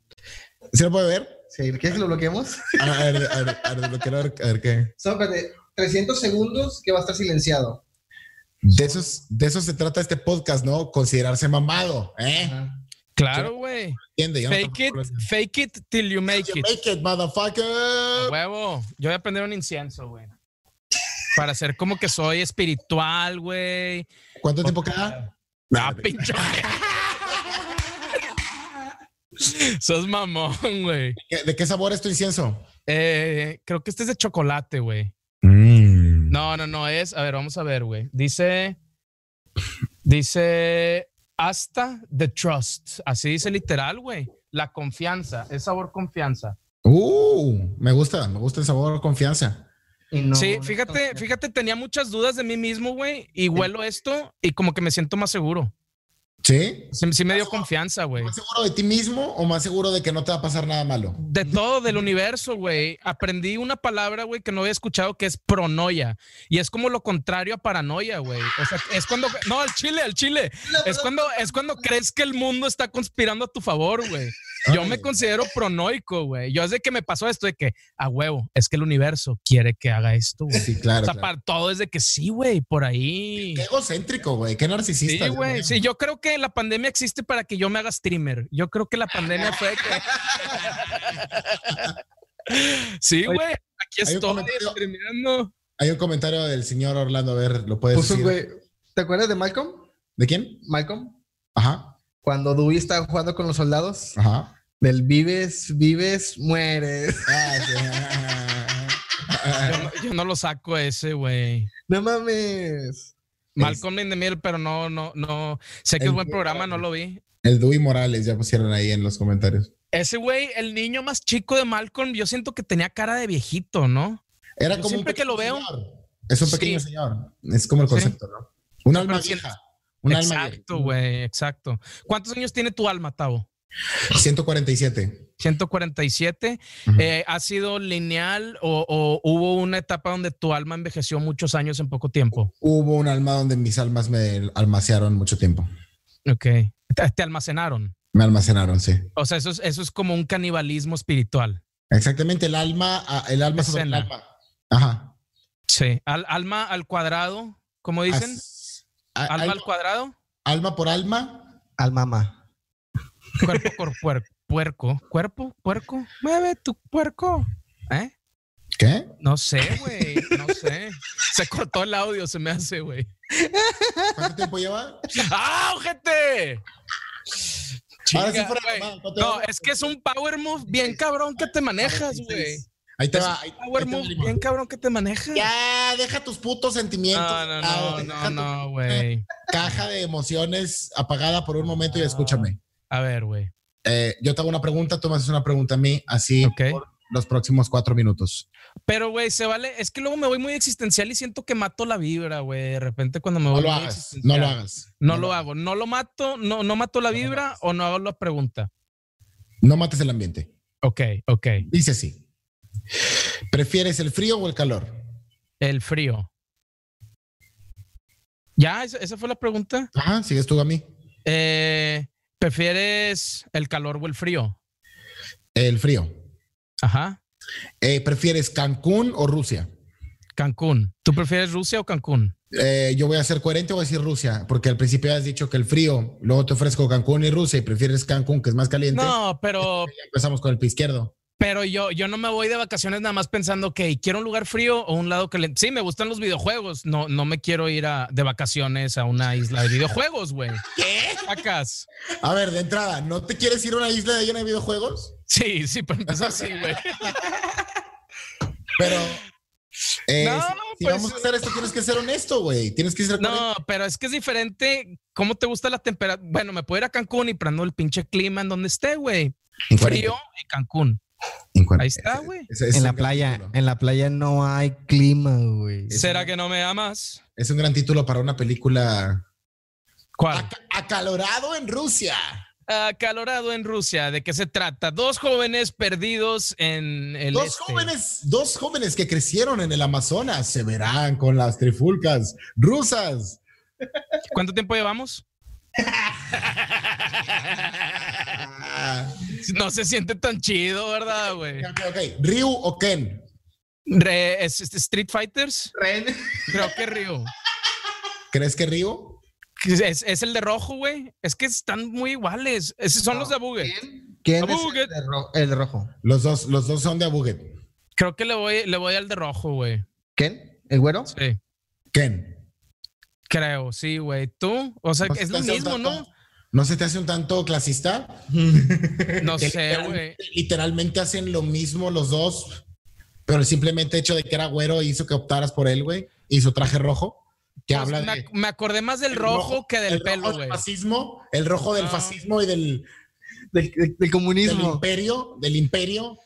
[SPEAKER 3] ¿Se lo puede ver?
[SPEAKER 1] Sí, ¿Quieres que lo bloqueemos? <laughs>
[SPEAKER 3] A ver, a ver, a ver, lo quiero ver, a ver qué.
[SPEAKER 1] Son espérate, 300 segundos que va a estar silenciado.
[SPEAKER 3] De esos, de eso se trata este podcast, ¿no? Considerarse mamado, ¿eh?
[SPEAKER 1] Ajá.
[SPEAKER 2] Claro, güey.
[SPEAKER 3] ¿Entiende? Yo no
[SPEAKER 2] Fake it,
[SPEAKER 3] tampoco lo sé.
[SPEAKER 2] fake it till you make
[SPEAKER 3] You
[SPEAKER 2] it. Ah,
[SPEAKER 3] make it, motherfucker.
[SPEAKER 2] Huevo, yo voy a prender un incienso, güey. Para hacer como que soy espiritual, güey.
[SPEAKER 3] ¿Cuánto tiempo queda?
[SPEAKER 2] Ah, pinche. <laughs> Sos mamón, güey.
[SPEAKER 3] ¿Qué- ¿De qué sabor es tu incienso?
[SPEAKER 2] Eh, creo que este es de chocolate, güey.
[SPEAKER 1] Mm.
[SPEAKER 2] No, no, no es. A ver, vamos a ver, güey. Dice. Dice. Hasta the trust. Así dice literal, güey. La confianza. Es sabor confianza.
[SPEAKER 3] Uh, me gusta, me gusta el sabor confianza.
[SPEAKER 1] Y no-
[SPEAKER 2] sí,
[SPEAKER 1] no-
[SPEAKER 2] fíjate, fíjate, tenía muchas dudas de mí mismo, güey. Y huelo esto y como que me siento más seguro.
[SPEAKER 3] ¿Sí?
[SPEAKER 2] Sí, sí me dio confianza, güey.
[SPEAKER 3] ¿Más seguro de ti mismo o más seguro de que no te va a pasar nada malo?
[SPEAKER 2] De todo, del universo, güey. Aprendí una palabra, güey, que no había escuchado, que es pronoia. Y es como lo contrario a paranoia, güey. O sea, es cuando... No, al chile, al chile. Es cuando, es cuando crees que el mundo está conspirando a tu favor, güey. Yo me considero pronoico, güey. Yo desde que me pasó esto de que, a huevo, es que el universo quiere que haga esto, güey.
[SPEAKER 3] Sí, claro.
[SPEAKER 2] O sea,
[SPEAKER 3] claro.
[SPEAKER 2] para todo es de que sí, güey, por ahí.
[SPEAKER 3] Qué egocéntrico, güey. Qué narcisista.
[SPEAKER 2] Sí,
[SPEAKER 3] Dios
[SPEAKER 2] güey.
[SPEAKER 3] mío.
[SPEAKER 2] Sí, yo creo que la pandemia existe para que yo me haga streamer. Yo creo que la pandemia fue
[SPEAKER 3] <laughs>
[SPEAKER 2] que- sí,
[SPEAKER 4] Oye,
[SPEAKER 2] güey. Aquí
[SPEAKER 3] hay un
[SPEAKER 2] estoy
[SPEAKER 3] comentario.
[SPEAKER 2] streameando.
[SPEAKER 3] Hay un comentario del señor Orlando. A ver, lo puedes
[SPEAKER 1] Puso,
[SPEAKER 3] decir.
[SPEAKER 1] güey, ¿Te acuerdas de Malcolm?
[SPEAKER 3] ¿De quién?
[SPEAKER 1] Malcolm,
[SPEAKER 3] Ajá,
[SPEAKER 1] cuando Dewey estaba jugando con los soldados,
[SPEAKER 3] ajá.
[SPEAKER 1] del vives, vives, mueres. <laughs>
[SPEAKER 3] Ah, sí,
[SPEAKER 1] Ah,
[SPEAKER 3] <laughs> ajá,
[SPEAKER 2] Yo
[SPEAKER 3] ajá.
[SPEAKER 2] no, yo no lo saco ese, güey.
[SPEAKER 1] No mames.
[SPEAKER 2] Malcolm in the Middle, pero no, no, no. Sé que es
[SPEAKER 3] El-
[SPEAKER 2] buen programa, no lo vi.
[SPEAKER 3] El Dui Morales ya pusieron ahí en los comentarios.
[SPEAKER 2] Ese güey, el niño más chico de Malcolm, yo siento que tenía cara de viejito, ¿no?
[SPEAKER 3] Era
[SPEAKER 2] Yo
[SPEAKER 3] como
[SPEAKER 2] siempre
[SPEAKER 3] un
[SPEAKER 2] que lo
[SPEAKER 3] pequeño
[SPEAKER 2] veo-
[SPEAKER 3] señor. Es un pequeño
[SPEAKER 2] Sí.
[SPEAKER 3] señor. Es como el
[SPEAKER 2] Sí.
[SPEAKER 3] concepto, ¿no? Un alma
[SPEAKER 2] pero sí-
[SPEAKER 3] vieja. Un alma vieja.
[SPEAKER 2] exacto, güey, exacto. ¿Cuántos años tiene tu alma, Tavo?
[SPEAKER 3] 147.
[SPEAKER 2] 147.
[SPEAKER 3] Ujú.
[SPEAKER 2] Eh, ¿Ha sido lineal o, o hubo una etapa donde tu alma envejeció muchos años en poco tiempo?
[SPEAKER 3] Hubo un alma donde mis almas me almacearon mucho tiempo.
[SPEAKER 2] Ok. Te, te almacenaron.
[SPEAKER 3] Me almacenaron, sí.
[SPEAKER 2] O sea, eso es, eso es como un canibalismo espiritual.
[SPEAKER 3] Exactamente, el alma, ah, el alma sobre el
[SPEAKER 2] Escena.
[SPEAKER 3] alma. Ajá.
[SPEAKER 2] Sí. Al, alma al cuadrado, como dicen.
[SPEAKER 3] As- a-
[SPEAKER 2] alma
[SPEAKER 3] alma,
[SPEAKER 2] al cuadrado.
[SPEAKER 3] alma por alma.
[SPEAKER 1] Al mamá.
[SPEAKER 2] Cuerpo por puerco. Puerco. Cuerpo, puerco. Mueve tu puerco. ¿Eh?
[SPEAKER 3] ¿Qué?
[SPEAKER 2] No sé, güey. No sé. Se cortó el audio, se me hace, güey.
[SPEAKER 3] ¿Cuánto tiempo lleva?
[SPEAKER 2] ¡Ah, ojete!
[SPEAKER 3] Ahora sí
[SPEAKER 2] <laughs> Chinga,
[SPEAKER 3] fuera de
[SPEAKER 2] güey.
[SPEAKER 3] mamada, ¿cuánto
[SPEAKER 2] No,
[SPEAKER 3] lleva?
[SPEAKER 2] es que es un power move bien cabrón que te manejas, güey.
[SPEAKER 3] Ahí te
[SPEAKER 2] es
[SPEAKER 3] va. Ahí, ahí
[SPEAKER 2] Power
[SPEAKER 3] te va,
[SPEAKER 2] move
[SPEAKER 3] Limón.
[SPEAKER 2] bien cabrón que te manejas.
[SPEAKER 3] Ya, deja tus putos sentimientos.
[SPEAKER 2] No, no,
[SPEAKER 3] ah,
[SPEAKER 2] no, no,
[SPEAKER 3] deja tu
[SPEAKER 2] no, güey.
[SPEAKER 3] Caja de emociones apagada por un momento y escúchame.
[SPEAKER 2] A ver, güey.
[SPEAKER 3] Eh, yo te hago una pregunta, tú me haces una pregunta a mí, así
[SPEAKER 2] Ok.
[SPEAKER 3] por los próximos cuatro minutos.
[SPEAKER 2] Pero, güey, se vale. Es que luego me voy muy existencial y siento que mato la vibra, güey. De repente cuando me
[SPEAKER 3] No
[SPEAKER 2] voy.
[SPEAKER 3] lo
[SPEAKER 2] muy
[SPEAKER 3] hagas, no
[SPEAKER 2] existencial.
[SPEAKER 3] lo hagas.
[SPEAKER 2] No lo hago. No lo mato, no, no mato la
[SPEAKER 3] No lo
[SPEAKER 2] vibra
[SPEAKER 3] hagas.
[SPEAKER 2] o no hago la pregunta.
[SPEAKER 3] No mates el ambiente.
[SPEAKER 2] Ok, ok.
[SPEAKER 3] Dice así. ¿Prefieres el frío o el calor?
[SPEAKER 2] El frío. ¿Ya? ¿Esa, esa fue la pregunta?
[SPEAKER 3] Ajá, sigues tú a mí.
[SPEAKER 2] Eh, ¿Prefieres el calor o el frío?
[SPEAKER 3] El frío.
[SPEAKER 2] Ajá.
[SPEAKER 3] Eh, ¿Prefieres Cancún o Rusia?
[SPEAKER 2] Cancún. ¿Tú prefieres Rusia o Cancún?
[SPEAKER 3] Eh, yo voy a ser coherente, voy a decir Rusia, porque al principio has dicho que el frío, luego te ofrezco Cancún y Rusia y prefieres Cancún, que es más caliente.
[SPEAKER 2] No, pero,
[SPEAKER 3] Ya empezamos con el pie izquierdo.
[SPEAKER 2] pero yo, yo no me voy de vacaciones nada más pensando que quiero un lugar frío o un lado caliente. Sí, me gustan los videojuegos. No, no me quiero ir a, de vacaciones a una isla de videojuegos, güey. ¿Qué? Sacas.
[SPEAKER 3] A ver, de entrada, ¿no te quieres ir a una isla llena de videojuegos?
[SPEAKER 2] Sí, sí, pero empezar sí, güey.
[SPEAKER 3] Pero. eh,
[SPEAKER 2] No,
[SPEAKER 3] si, si
[SPEAKER 2] pues-
[SPEAKER 3] vamos a hacer esto, tienes que ser honesto, güey. Tienes que ser.
[SPEAKER 2] No, pero es que es diferente. ¿Cómo te gusta la temperatura? Bueno, me puedo ir a Cancún y prendo el pinche clima en donde esté, güey.
[SPEAKER 3] En
[SPEAKER 2] Frío y Cancún. Ahí está, güey.
[SPEAKER 1] En la playa, en la playa no hay clima, güey.
[SPEAKER 3] Es
[SPEAKER 2] ¿Será
[SPEAKER 3] una-
[SPEAKER 2] que no me amas?
[SPEAKER 3] Es un gran título para una película.
[SPEAKER 2] ¿Cuál?
[SPEAKER 3] Aca- Acalorado en Rusia.
[SPEAKER 2] Acalorado en Rusia. ¿De qué se trata? Dos jóvenes perdidos en el
[SPEAKER 3] Dos
[SPEAKER 2] este.
[SPEAKER 3] jóvenes, dos jóvenes que crecieron en el Amazonas se verán con las trifulcas
[SPEAKER 2] <laughs>
[SPEAKER 3] rusas.
[SPEAKER 2] ¿Cuánto tiempo llevamos?
[SPEAKER 3] Ah,
[SPEAKER 2] No se siente tan chido, ¿verdad, güey?
[SPEAKER 3] ok, ok. Ryu o Ken.
[SPEAKER 2] Re- es- es- Street Fighters,
[SPEAKER 1] Ren.
[SPEAKER 2] creo que Ryu.
[SPEAKER 3] ¿Crees que Ryu?
[SPEAKER 2] Es, es el de rojo, güey. Es que están muy iguales. Esos son
[SPEAKER 1] No.
[SPEAKER 2] los de Abugue.
[SPEAKER 1] ¿Quién? ¿Quién es
[SPEAKER 2] Abuget.
[SPEAKER 1] el de, ro- el de rojo?
[SPEAKER 3] Los dos, los dos son de Abuget.
[SPEAKER 2] Creo que le voy, le voy al de rojo, güey.
[SPEAKER 1] ¿Quién? ¿El güero?
[SPEAKER 2] Sí.
[SPEAKER 3] Ken.
[SPEAKER 2] Creo, sí, güey. ¿Tú? O sea,
[SPEAKER 3] ¿No se
[SPEAKER 2] es
[SPEAKER 3] te
[SPEAKER 2] lo
[SPEAKER 3] hace un
[SPEAKER 2] mismo,
[SPEAKER 3] tanto-
[SPEAKER 2] ¿no?
[SPEAKER 3] <laughs> ¿No se te hace un tanto clasista?
[SPEAKER 2] No
[SPEAKER 3] Que
[SPEAKER 2] sé,
[SPEAKER 3] literalmente-
[SPEAKER 2] güey.
[SPEAKER 3] Literalmente hacen lo mismo los dos, pero el simplemente hecho de que era güero hizo que optaras por él, güey, y su traje rojo, que
[SPEAKER 2] Pues
[SPEAKER 3] habla
[SPEAKER 2] me,
[SPEAKER 3] de...
[SPEAKER 2] ac- me acordé más del
[SPEAKER 3] el
[SPEAKER 2] rojo, que del
[SPEAKER 3] el rojo
[SPEAKER 2] pelo,
[SPEAKER 3] del
[SPEAKER 2] güey. Ah.
[SPEAKER 3] fascismo, el rojo del
[SPEAKER 2] No.
[SPEAKER 3] fascismo y del,
[SPEAKER 1] <laughs> Del, del- del
[SPEAKER 3] del
[SPEAKER 1] comunismo.
[SPEAKER 3] imperio, del imperio.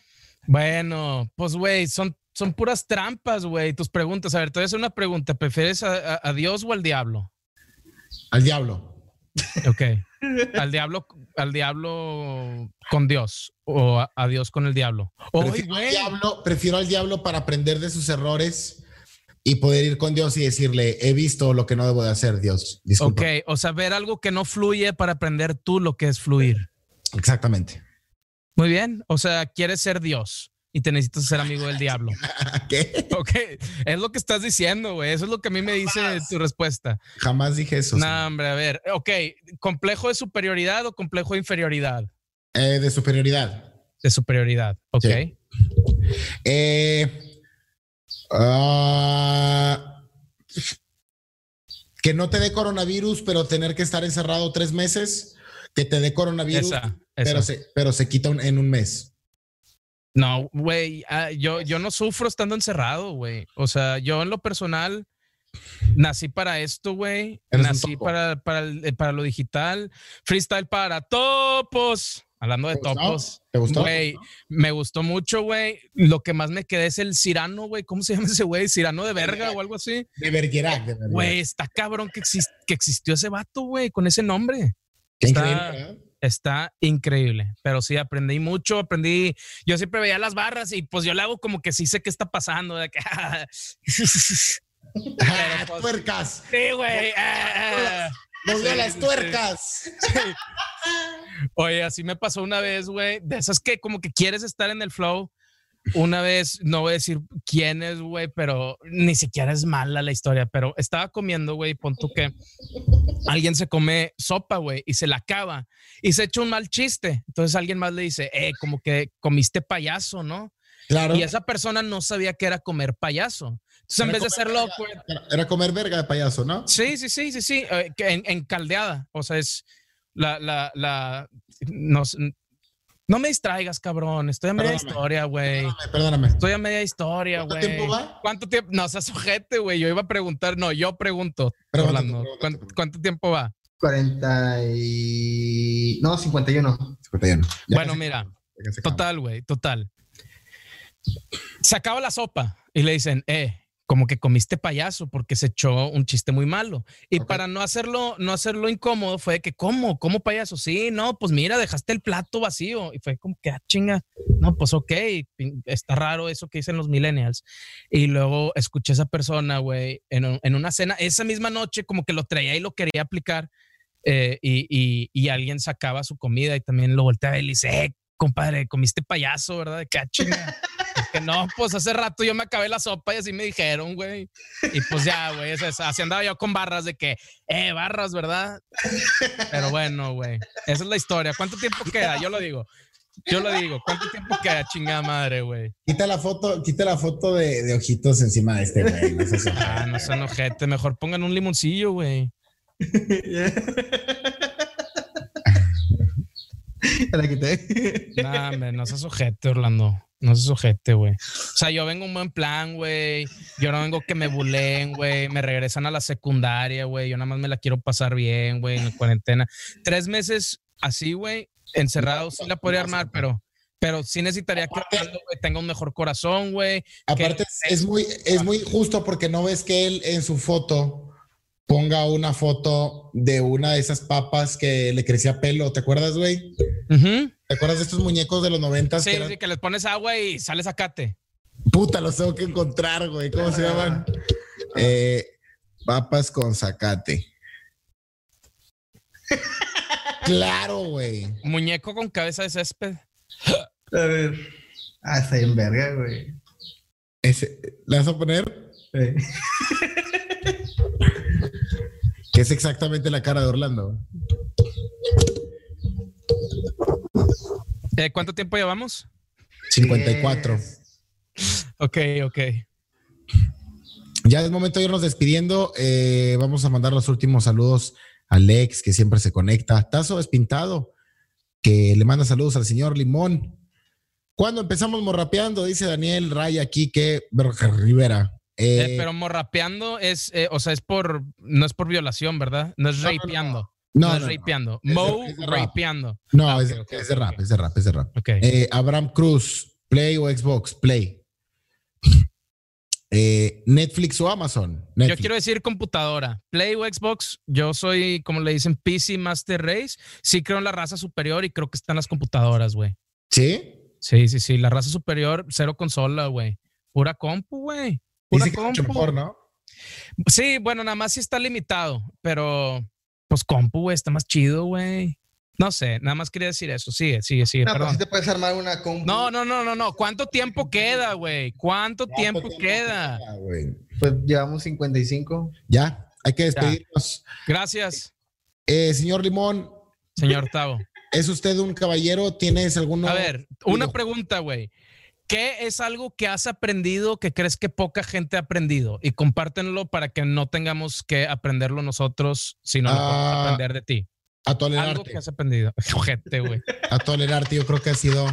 [SPEAKER 2] Bueno, pues, güey, son, son puras trampas, güey. Tus preguntas. A ver, te voy a hacer una pregunta. ¿Prefieres a, a- a Dios o al diablo?
[SPEAKER 3] Al diablo.
[SPEAKER 2] Ok. ¿Al diablo, al diablo con Dios o a, a Dios con el diablo? Oye,
[SPEAKER 3] Prefiero al,
[SPEAKER 2] güey.
[SPEAKER 3] diablo. prefiero al diablo para aprender de sus errores y poder ir con Dios y decirle, he visto lo que no debo de hacer, Dios.
[SPEAKER 2] Ok,
[SPEAKER 3] Disculpa.
[SPEAKER 2] o sea, ver algo que no fluye para aprender tú lo que es fluir.
[SPEAKER 3] Exactamente. <laughs>
[SPEAKER 2] Muy bien. O sea, quieres ser Dios y te necesitas ser amigo del diablo.
[SPEAKER 3] ¿Qué?
[SPEAKER 2] <laughs> Ok, es lo que estás diciendo, güey. Eso es lo que a mí me dice tu respuesta.
[SPEAKER 3] Jamás dije eso.
[SPEAKER 2] No,
[SPEAKER 3] señor.
[SPEAKER 2] hombre, a ver. Ok, ¿complejo de superioridad o complejo de inferioridad?
[SPEAKER 3] Eh, de superioridad.
[SPEAKER 2] De superioridad. Ok.
[SPEAKER 3] Sí. Eh, ah, que no te dé coronavirus, pero tener que estar encerrado tres meses. Que te dé coronavirus,
[SPEAKER 2] Esa, esa.
[SPEAKER 3] Pero, se, pero se quita un- en un mes.
[SPEAKER 2] No, güey, ah, yo, yo no sufro estando encerrado, güey. O sea, yo en lo personal nací para esto, güey.
[SPEAKER 3] Eres un
[SPEAKER 2] Nací
[SPEAKER 3] topo.
[SPEAKER 2] para, para, el- eh, para lo digital. Freestyle para topos. Hablando de
[SPEAKER 3] ¿Te gustó?
[SPEAKER 2] topos.
[SPEAKER 3] ¿Te gustó?
[SPEAKER 2] Güey, me gustó mucho, güey. Lo que más me quedé es el Cirano, güey. ¿Cómo se <laughs> llama ese güey? Cirano de verga o algo así.
[SPEAKER 3] De Bergerac, de Bergerac.
[SPEAKER 2] Güey, está cabrón que, exis- que existió ese vato, güey, con ese nombre
[SPEAKER 3] Qué
[SPEAKER 2] está- <laughs>
[SPEAKER 3] increíble, ¿verdad?
[SPEAKER 2] está increíble. Pero sí, aprendí mucho, aprendí. Yo siempre veía las barras y pues yo le hago como que sí sé qué está pasando. De que, <laughs> "Ah, sí,
[SPEAKER 3] Ah,
[SPEAKER 2] pues-
[SPEAKER 3] tuercas.
[SPEAKER 2] güey. ah, ah.
[SPEAKER 3] Volvió
[SPEAKER 2] Sí,
[SPEAKER 3] las
[SPEAKER 2] sí,
[SPEAKER 3] tuercas.
[SPEAKER 2] Oye, así me pasó una vez, güey. De esas que como que quieres estar en el flow. Una vez, no voy a decir quién es, güey, pero ni siquiera es mala la historia, pero estaba comiendo, güey, pon tú que alguien se come sopa, güey, y se la acaba y se echa un mal chiste. Entonces alguien más le dice, eh, como que comiste payaso, ¿no?
[SPEAKER 3] Claro.
[SPEAKER 2] Y esa persona no sabía que era comer payaso. Entonces, en
[SPEAKER 3] Era
[SPEAKER 2] vez de
[SPEAKER 3] comer
[SPEAKER 2] hacerlo,
[SPEAKER 3] verga. Era comer verga de payaso, ¿no?
[SPEAKER 2] sí, sí, sí, sí, sí, eh, que en, en caldeada. O sea, es la, la, la, no, s- no me distraigas, cabrón. Estoy a media
[SPEAKER 3] Perdóname.
[SPEAKER 2] historia, güey.
[SPEAKER 3] Perdóname, perdóname.
[SPEAKER 2] Estoy a media historia,
[SPEAKER 3] ¿Cuánto
[SPEAKER 2] güey.
[SPEAKER 3] tiempo va?
[SPEAKER 2] ¿Cuánto tiempo? No, seas ojete, güey. Yo iba a preguntar, no, yo pregunto.
[SPEAKER 3] Pregunta tú,
[SPEAKER 2] Orlando,
[SPEAKER 3] pregunta tú,
[SPEAKER 2] ¿cuán-
[SPEAKER 3] pregunta.
[SPEAKER 2] ¿Cuánto tiempo va?
[SPEAKER 1] 40 y... No, <laughs> 51.
[SPEAKER 3] 51. Ya
[SPEAKER 2] bueno,
[SPEAKER 3] casi-
[SPEAKER 2] mira.
[SPEAKER 3] ya casi acabamos.
[SPEAKER 2] Total, güey, total. Se acaba la sopa y le dicen, eh, como que comiste payaso porque se echó un chiste muy malo. Y
[SPEAKER 3] Ok.
[SPEAKER 2] para no hacerlo, no hacerlo incómodo, fue de que, ¿cómo? ¿Cómo payaso? Sí, no, pues mira, dejaste el plato vacío. Y fue como que, ah, chinga. No, pues ok, pin- está raro eso que dicen los millennials. Y luego escuché a esa persona, güey, en, un- en una cena, esa misma noche como que lo traía y lo quería aplicar. eh, y, y- y alguien sacaba su comida y también lo volteaba y le dice, "Eh, compadre, comiste payaso, ¿verdad? De que, "Ah, chinga". Es que no, pues hace rato yo me acabé la sopa y así me dijeron, güey. Y pues ya, güey, eso es- así andaba yo con barras de que, eh, barras, ¿verdad? Pero bueno, güey, esa es la historia. ¿Cuánto tiempo queda? Yo lo digo. Yo lo digo. ¿Cuánto tiempo queda, chingada madre, güey?
[SPEAKER 3] Quita la foto, quita la foto de, de ojitos encima de este güey. no seas ojete.
[SPEAKER 2] Ah, no sean ojete. Mejor pongan un limoncillo, güey.
[SPEAKER 1] Ya la quité.
[SPEAKER 2] No, hombre, no seas ojete, Orlando. No seas ojete, güey. O sea, yo vengo un buen plan, güey. Yo no vengo que me buleen, güey. Me regresan a la secundaria, güey. Yo nada más me la quiero pasar bien, güey, en la cuarentena. Tres meses así, güey, encerrado, sí la podría armar, pero, pero sí necesitaría que Orlando, güey, tenga un mejor corazón, güey.
[SPEAKER 3] Aparte, es- es muy, es muy justo porque no ves que él en su foto ponga una foto de una de esas papas que le crecía pelo. ¿Te acuerdas, güey?
[SPEAKER 2] Ujú.
[SPEAKER 3] ¿Te acuerdas de estos muñecos de los noventas?
[SPEAKER 2] Sí,
[SPEAKER 3] que eran-
[SPEAKER 2] sí, que les pones agua y sale sacate.
[SPEAKER 3] Puta, los tengo que encontrar, güey. ¿Cómo se llaman?
[SPEAKER 2] Ah,
[SPEAKER 3] Eh, papas con
[SPEAKER 2] <laughs>
[SPEAKER 3] zacate. claro, güey.
[SPEAKER 2] Muñeco con cabeza de césped.
[SPEAKER 1] A ver. Ah, está bien verga, güey.
[SPEAKER 3] Ese- ¿Le vas a poner?
[SPEAKER 1] Eh,
[SPEAKER 3] Que es exactamente la cara de Orlando.
[SPEAKER 2] Eh, ¿Cuánto tiempo llevamos?
[SPEAKER 3] 54.
[SPEAKER 1] diez.
[SPEAKER 2] Ok, ok.
[SPEAKER 3] Ya es momento de irnos despidiendo. Eh, vamos a mandar los últimos saludos a Lex, que siempre se conecta. Tazo Despintado, que le manda saludos al señor Limón. Cuando empezamos morrapeando, dice Daniel Raya aquí que Rivera.
[SPEAKER 2] Eh,
[SPEAKER 3] Eh,
[SPEAKER 2] pero morrapeando es, eh, o sea, es por, no es por violación, ¿verdad? No es
[SPEAKER 3] No, no, no.
[SPEAKER 2] rapeando. No,
[SPEAKER 3] no, no,
[SPEAKER 2] es
[SPEAKER 3] no.
[SPEAKER 2] rapeando.
[SPEAKER 3] Es de-
[SPEAKER 2] Mo
[SPEAKER 3] es de rap.
[SPEAKER 2] rapeando.
[SPEAKER 3] No,
[SPEAKER 2] Ah,
[SPEAKER 3] es, de,
[SPEAKER 2] ok, ok,
[SPEAKER 3] es de
[SPEAKER 2] ok.
[SPEAKER 3] rap, es de rap, es de rap.
[SPEAKER 2] Ok.
[SPEAKER 3] Eh, Abraham Cruz, Play o Xbox, Play. <laughs> Eh, Netflix o Amazon.
[SPEAKER 2] yo
[SPEAKER 3] Netflix.
[SPEAKER 2] quiero decir computadora. Play o Xbox, yo soy, como le dicen, PC Master Race. Sí creo en la raza superior y creo que están las computadoras, güey.
[SPEAKER 3] ¿Sí?
[SPEAKER 2] Sí, sí, sí. La raza superior, cero consola, güey. Pura compu, güey. Pura
[SPEAKER 3] Dice que mucho
[SPEAKER 2] compu.
[SPEAKER 3] mejor, ¿no?
[SPEAKER 2] Sí, bueno, nada más sí está limitado, pero pues compu, güey, está más chido, güey. No sé, nada más quería decir eso. Sigue, sigue, sigue,
[SPEAKER 1] No,
[SPEAKER 3] pues,
[SPEAKER 1] pero
[SPEAKER 2] Eh, perdón.
[SPEAKER 1] sí te puedes armar una compu.
[SPEAKER 2] No, no, no, no, no. ¿Cuánto tiempo queda, güey? ¿Cuánto tiempo
[SPEAKER 3] pues,
[SPEAKER 2] queda?
[SPEAKER 3] queda, Ah, güey?
[SPEAKER 1] Pues llevamos 55.
[SPEAKER 3] Ya, hay que despedirnos.
[SPEAKER 2] Gracias,
[SPEAKER 3] Eh, señor Limón,
[SPEAKER 2] señor Tavo.
[SPEAKER 3] ¿es usted un caballero? ¿Tienes alguno?
[SPEAKER 2] A ver, una
[SPEAKER 3] no.
[SPEAKER 2] pregunta, güey. ¿Qué es algo que has aprendido que crees que poca gente ha aprendido? Y compártenlo para que no tengamos que aprenderlo nosotros, sino lo podemos
[SPEAKER 3] Ah,
[SPEAKER 2] aprender de ti.
[SPEAKER 3] A
[SPEAKER 2] Algo
[SPEAKER 3] tolerarte.
[SPEAKER 2] que has aprendido. <laughs> Ojete, güey.
[SPEAKER 3] A tolerarte, yo creo que ha sido.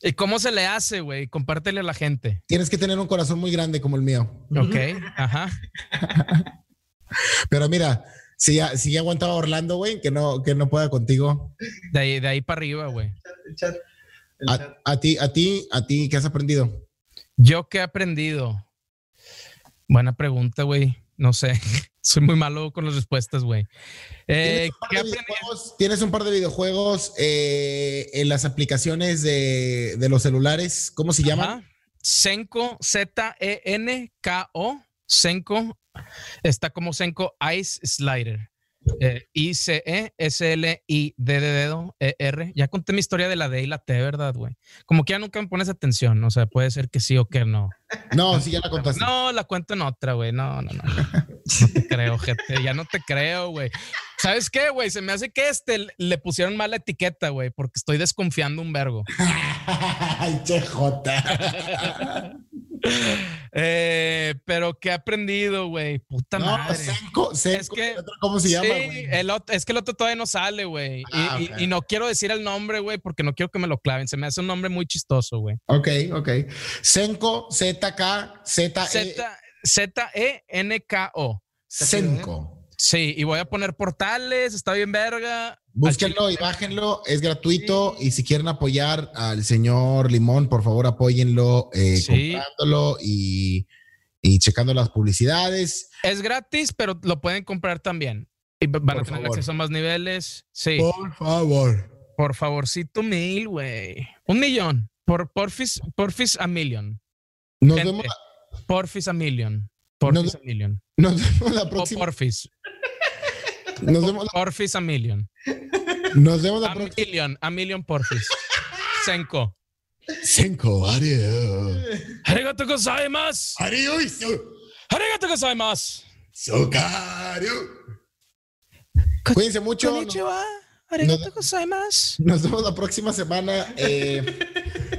[SPEAKER 2] ¿Y cómo se le hace, güey? Compártele a la gente.
[SPEAKER 3] Tienes que tener un corazón muy grande como el mío.
[SPEAKER 2] Ok, ajá.
[SPEAKER 3] Pero mira, si ya, si ya aguantaba Orlando, güey, que no, que no pueda contigo.
[SPEAKER 2] De ahí, de ahí para arriba, güey.
[SPEAKER 1] El chat. El chat.
[SPEAKER 3] A, a ti, a ti, a ti, ¿qué has aprendido?
[SPEAKER 2] ¿Yo qué he aprendido? Buena pregunta, güey. No sé. <laughs> Soy muy malo con las respuestas, güey. Eh,
[SPEAKER 3] ¿Tienes, un par
[SPEAKER 2] ¿Qué
[SPEAKER 3] de
[SPEAKER 2] aprendí?
[SPEAKER 3] videojuegos- tienes un par de videojuegos eh, en las aplicaciones de, de los celulares. ¿Cómo se llaman?
[SPEAKER 2] Ajá. Senko, E Z-E-N-K-O, Senko, está como Senko Ice Slider. Eh, I-C-E-S-L-I-D de dedo, E-R. Ya conté mi historia de la D y la T, ¿verdad, güey? Como que ya nunca me pones atención, o sea, puede ser que sí o que no.
[SPEAKER 3] No, sí, ya la contaste.
[SPEAKER 2] No, la cuento en otra, güey. No, no, no. No te creo, gente. Ya no te creo, güey. ¿Sabes qué, güey? Se me hace que este le pusieron mala etiqueta, güey, porque estoy desconfiando un vergo.
[SPEAKER 3] <laughs> Ay, che, Jota.
[SPEAKER 2] Eh, pero ¿qué he aprendido, güey? Puta
[SPEAKER 3] No,
[SPEAKER 2] madre.
[SPEAKER 3] Senko, Senko,
[SPEAKER 2] que-
[SPEAKER 3] ¿cómo se llama?
[SPEAKER 2] Sí,
[SPEAKER 3] güey?
[SPEAKER 2] el otro- es que el otro todavía no sale, güey. Y-
[SPEAKER 3] Ah,
[SPEAKER 2] y,
[SPEAKER 3] ok.
[SPEAKER 2] y no quiero decir el nombre, güey, porque no quiero que me lo claven. Se me hace un nombre muy chistoso, güey.
[SPEAKER 3] Ok, ok. Senko, ZK, Z, E,
[SPEAKER 2] Z- ¿eh? E Z-E-N-K-O.
[SPEAKER 3] Senko.
[SPEAKER 2] Sí, y voy a poner portales, está bien verga.
[SPEAKER 3] Búsquenlo
[SPEAKER 2] Al
[SPEAKER 3] y
[SPEAKER 2] chile-
[SPEAKER 3] bájenlo, es gratuito. Y si quieren apoyar al señor Limón, por favor, apóyenlo eh,
[SPEAKER 2] Sí.
[SPEAKER 3] comprándolo y, y checando las publicidades.
[SPEAKER 2] Es gratis, pero lo pueden comprar también. Y va- van
[SPEAKER 3] Por
[SPEAKER 2] a tener
[SPEAKER 3] favor.
[SPEAKER 2] acceso a más niveles. Sí, por,
[SPEAKER 3] Por favor.
[SPEAKER 2] favorcito mil, güey. Un millón. Por Porfis, Porfis a million.
[SPEAKER 3] Nos
[SPEAKER 2] Gente.
[SPEAKER 3] vemos,
[SPEAKER 2] Porfis a million. Porfis
[SPEAKER 3] Nos-
[SPEAKER 2] a million.
[SPEAKER 3] nos vemos la
[SPEAKER 2] O
[SPEAKER 3] próxima.
[SPEAKER 2] Porfis.
[SPEAKER 3] Nos vemos,
[SPEAKER 2] Porfis a million.
[SPEAKER 3] la- nos vemos la
[SPEAKER 2] A
[SPEAKER 3] próxima.
[SPEAKER 2] million. A million porfis. Senko.
[SPEAKER 3] Senko, adiós.
[SPEAKER 2] Arigato gozaimasu.
[SPEAKER 3] Adiós. y so-
[SPEAKER 2] Arigato gozaimasu.
[SPEAKER 3] Socario. Cuídense mucho. nos-
[SPEAKER 2] Konnichiwa. Arigato gozaimasu.
[SPEAKER 3] Nos vemos la próxima semana. Eh,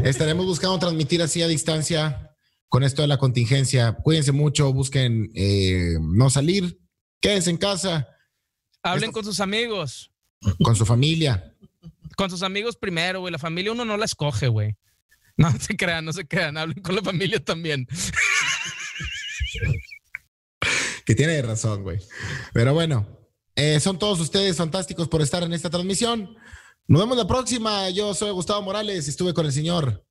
[SPEAKER 3] estaremos buscando transmitir así a distancia con esto de la contingencia. Cuídense mucho, busquen eh, no salir, quédense en casa
[SPEAKER 2] Hablen
[SPEAKER 3] Esto-
[SPEAKER 2] con sus amigos.
[SPEAKER 3] con su familia.
[SPEAKER 2] Con sus amigos primero, güey. La familia uno no la escoge, güey. No <laughs> se crean, no se crean. Hablen con la familia también.
[SPEAKER 3] Que tiene razón, güey. Pero bueno, eh, son todos ustedes fantásticos por estar en esta transmisión. Nos vemos la próxima. Yo soy Gustavo Morales, estuve con el señor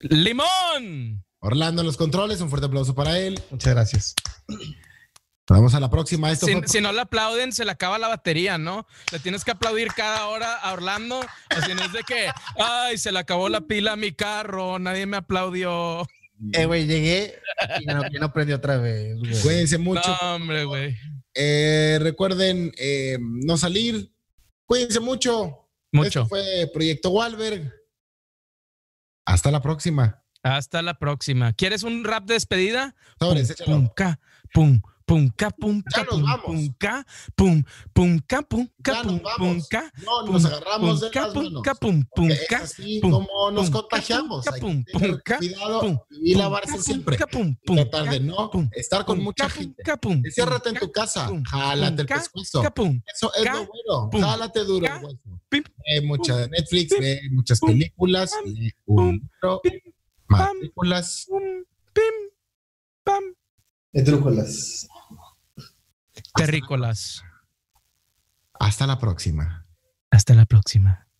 [SPEAKER 2] ¡Limón!
[SPEAKER 3] Orlando en los controles. Un fuerte aplauso para él.
[SPEAKER 1] Muchas gracias.
[SPEAKER 3] Nos vemos a la próxima. Esto
[SPEAKER 2] Si,
[SPEAKER 3] fue-
[SPEAKER 2] si no le aplauden, se le acaba la batería, ¿no? Le tienes que aplaudir cada hora a Orlando. Así no es de que, ay, se le acabó la pila a mi carro, nadie me aplaudió.
[SPEAKER 1] Eh, güey, llegué y ya no, ya no prendí otra vez, güey.
[SPEAKER 3] Cuídense mucho.
[SPEAKER 2] No, hombre, güey.
[SPEAKER 3] Eh, recuerden eh, no salir. Cuídense mucho.
[SPEAKER 2] Mucho.
[SPEAKER 3] Esto fue Proyecto Walberg. Hasta la próxima.
[SPEAKER 2] Hasta la próxima. ¿Quieres un rap de despedida?
[SPEAKER 3] Sobres, échalo.
[SPEAKER 2] Pum, ca, pum, pum, ca, pum,
[SPEAKER 3] Ya
[SPEAKER 2] ca,
[SPEAKER 3] nos
[SPEAKER 2] pum,
[SPEAKER 3] vamos.
[SPEAKER 2] pum, ca, pum, pum, ca, pum,
[SPEAKER 3] Ya
[SPEAKER 2] ca,
[SPEAKER 3] nos
[SPEAKER 2] pum, pum,
[SPEAKER 3] vamos.
[SPEAKER 2] ca,
[SPEAKER 3] No,
[SPEAKER 2] pum,
[SPEAKER 3] nos agarramos de
[SPEAKER 2] pum, ca,
[SPEAKER 3] las
[SPEAKER 2] pum,
[SPEAKER 3] manos.
[SPEAKER 2] ca, pum, pum,
[SPEAKER 3] Porque es
[SPEAKER 2] ca,
[SPEAKER 3] así
[SPEAKER 2] pum,
[SPEAKER 3] como nos
[SPEAKER 2] pum, ca,
[SPEAKER 3] contagiamos.
[SPEAKER 2] pum,
[SPEAKER 3] Hay
[SPEAKER 2] pum,
[SPEAKER 3] que tener
[SPEAKER 2] pum, ca,
[SPEAKER 3] cuidado
[SPEAKER 2] pum,
[SPEAKER 3] y
[SPEAKER 2] pum,
[SPEAKER 3] lavarse
[SPEAKER 2] ca, pum,
[SPEAKER 3] siempre.
[SPEAKER 2] ca, pum,
[SPEAKER 3] Y
[SPEAKER 2] pum,
[SPEAKER 3] tratar de
[SPEAKER 2] ca,
[SPEAKER 3] no
[SPEAKER 2] pum,
[SPEAKER 3] estar con
[SPEAKER 2] pum,
[SPEAKER 3] mucha
[SPEAKER 2] ca, pum,
[SPEAKER 3] gente.
[SPEAKER 2] ca, pum,
[SPEAKER 3] Enciérrate en
[SPEAKER 2] ca,
[SPEAKER 3] tu casa.
[SPEAKER 2] pum,
[SPEAKER 3] Jálate el
[SPEAKER 2] ca,
[SPEAKER 3] pescuezo.
[SPEAKER 2] ca, pum.
[SPEAKER 3] Eso es
[SPEAKER 2] ca,
[SPEAKER 3] lo bueno.
[SPEAKER 2] pum,
[SPEAKER 3] Jálate duro el
[SPEAKER 2] ca,
[SPEAKER 3] hueso.
[SPEAKER 2] pim,
[SPEAKER 3] Ve mucha de Netflix,
[SPEAKER 2] pim,
[SPEAKER 3] ve muchas
[SPEAKER 2] pum,
[SPEAKER 3] películas,
[SPEAKER 2] pam,
[SPEAKER 3] lee un
[SPEAKER 2] pum,
[SPEAKER 3] libro,
[SPEAKER 2] pim, pam.
[SPEAKER 3] matrículas.
[SPEAKER 2] Pum, pim, pam.
[SPEAKER 1] Esdrújulas.
[SPEAKER 2] Terrícolas.
[SPEAKER 3] Hasta la próxima.
[SPEAKER 2] Hasta la próxima.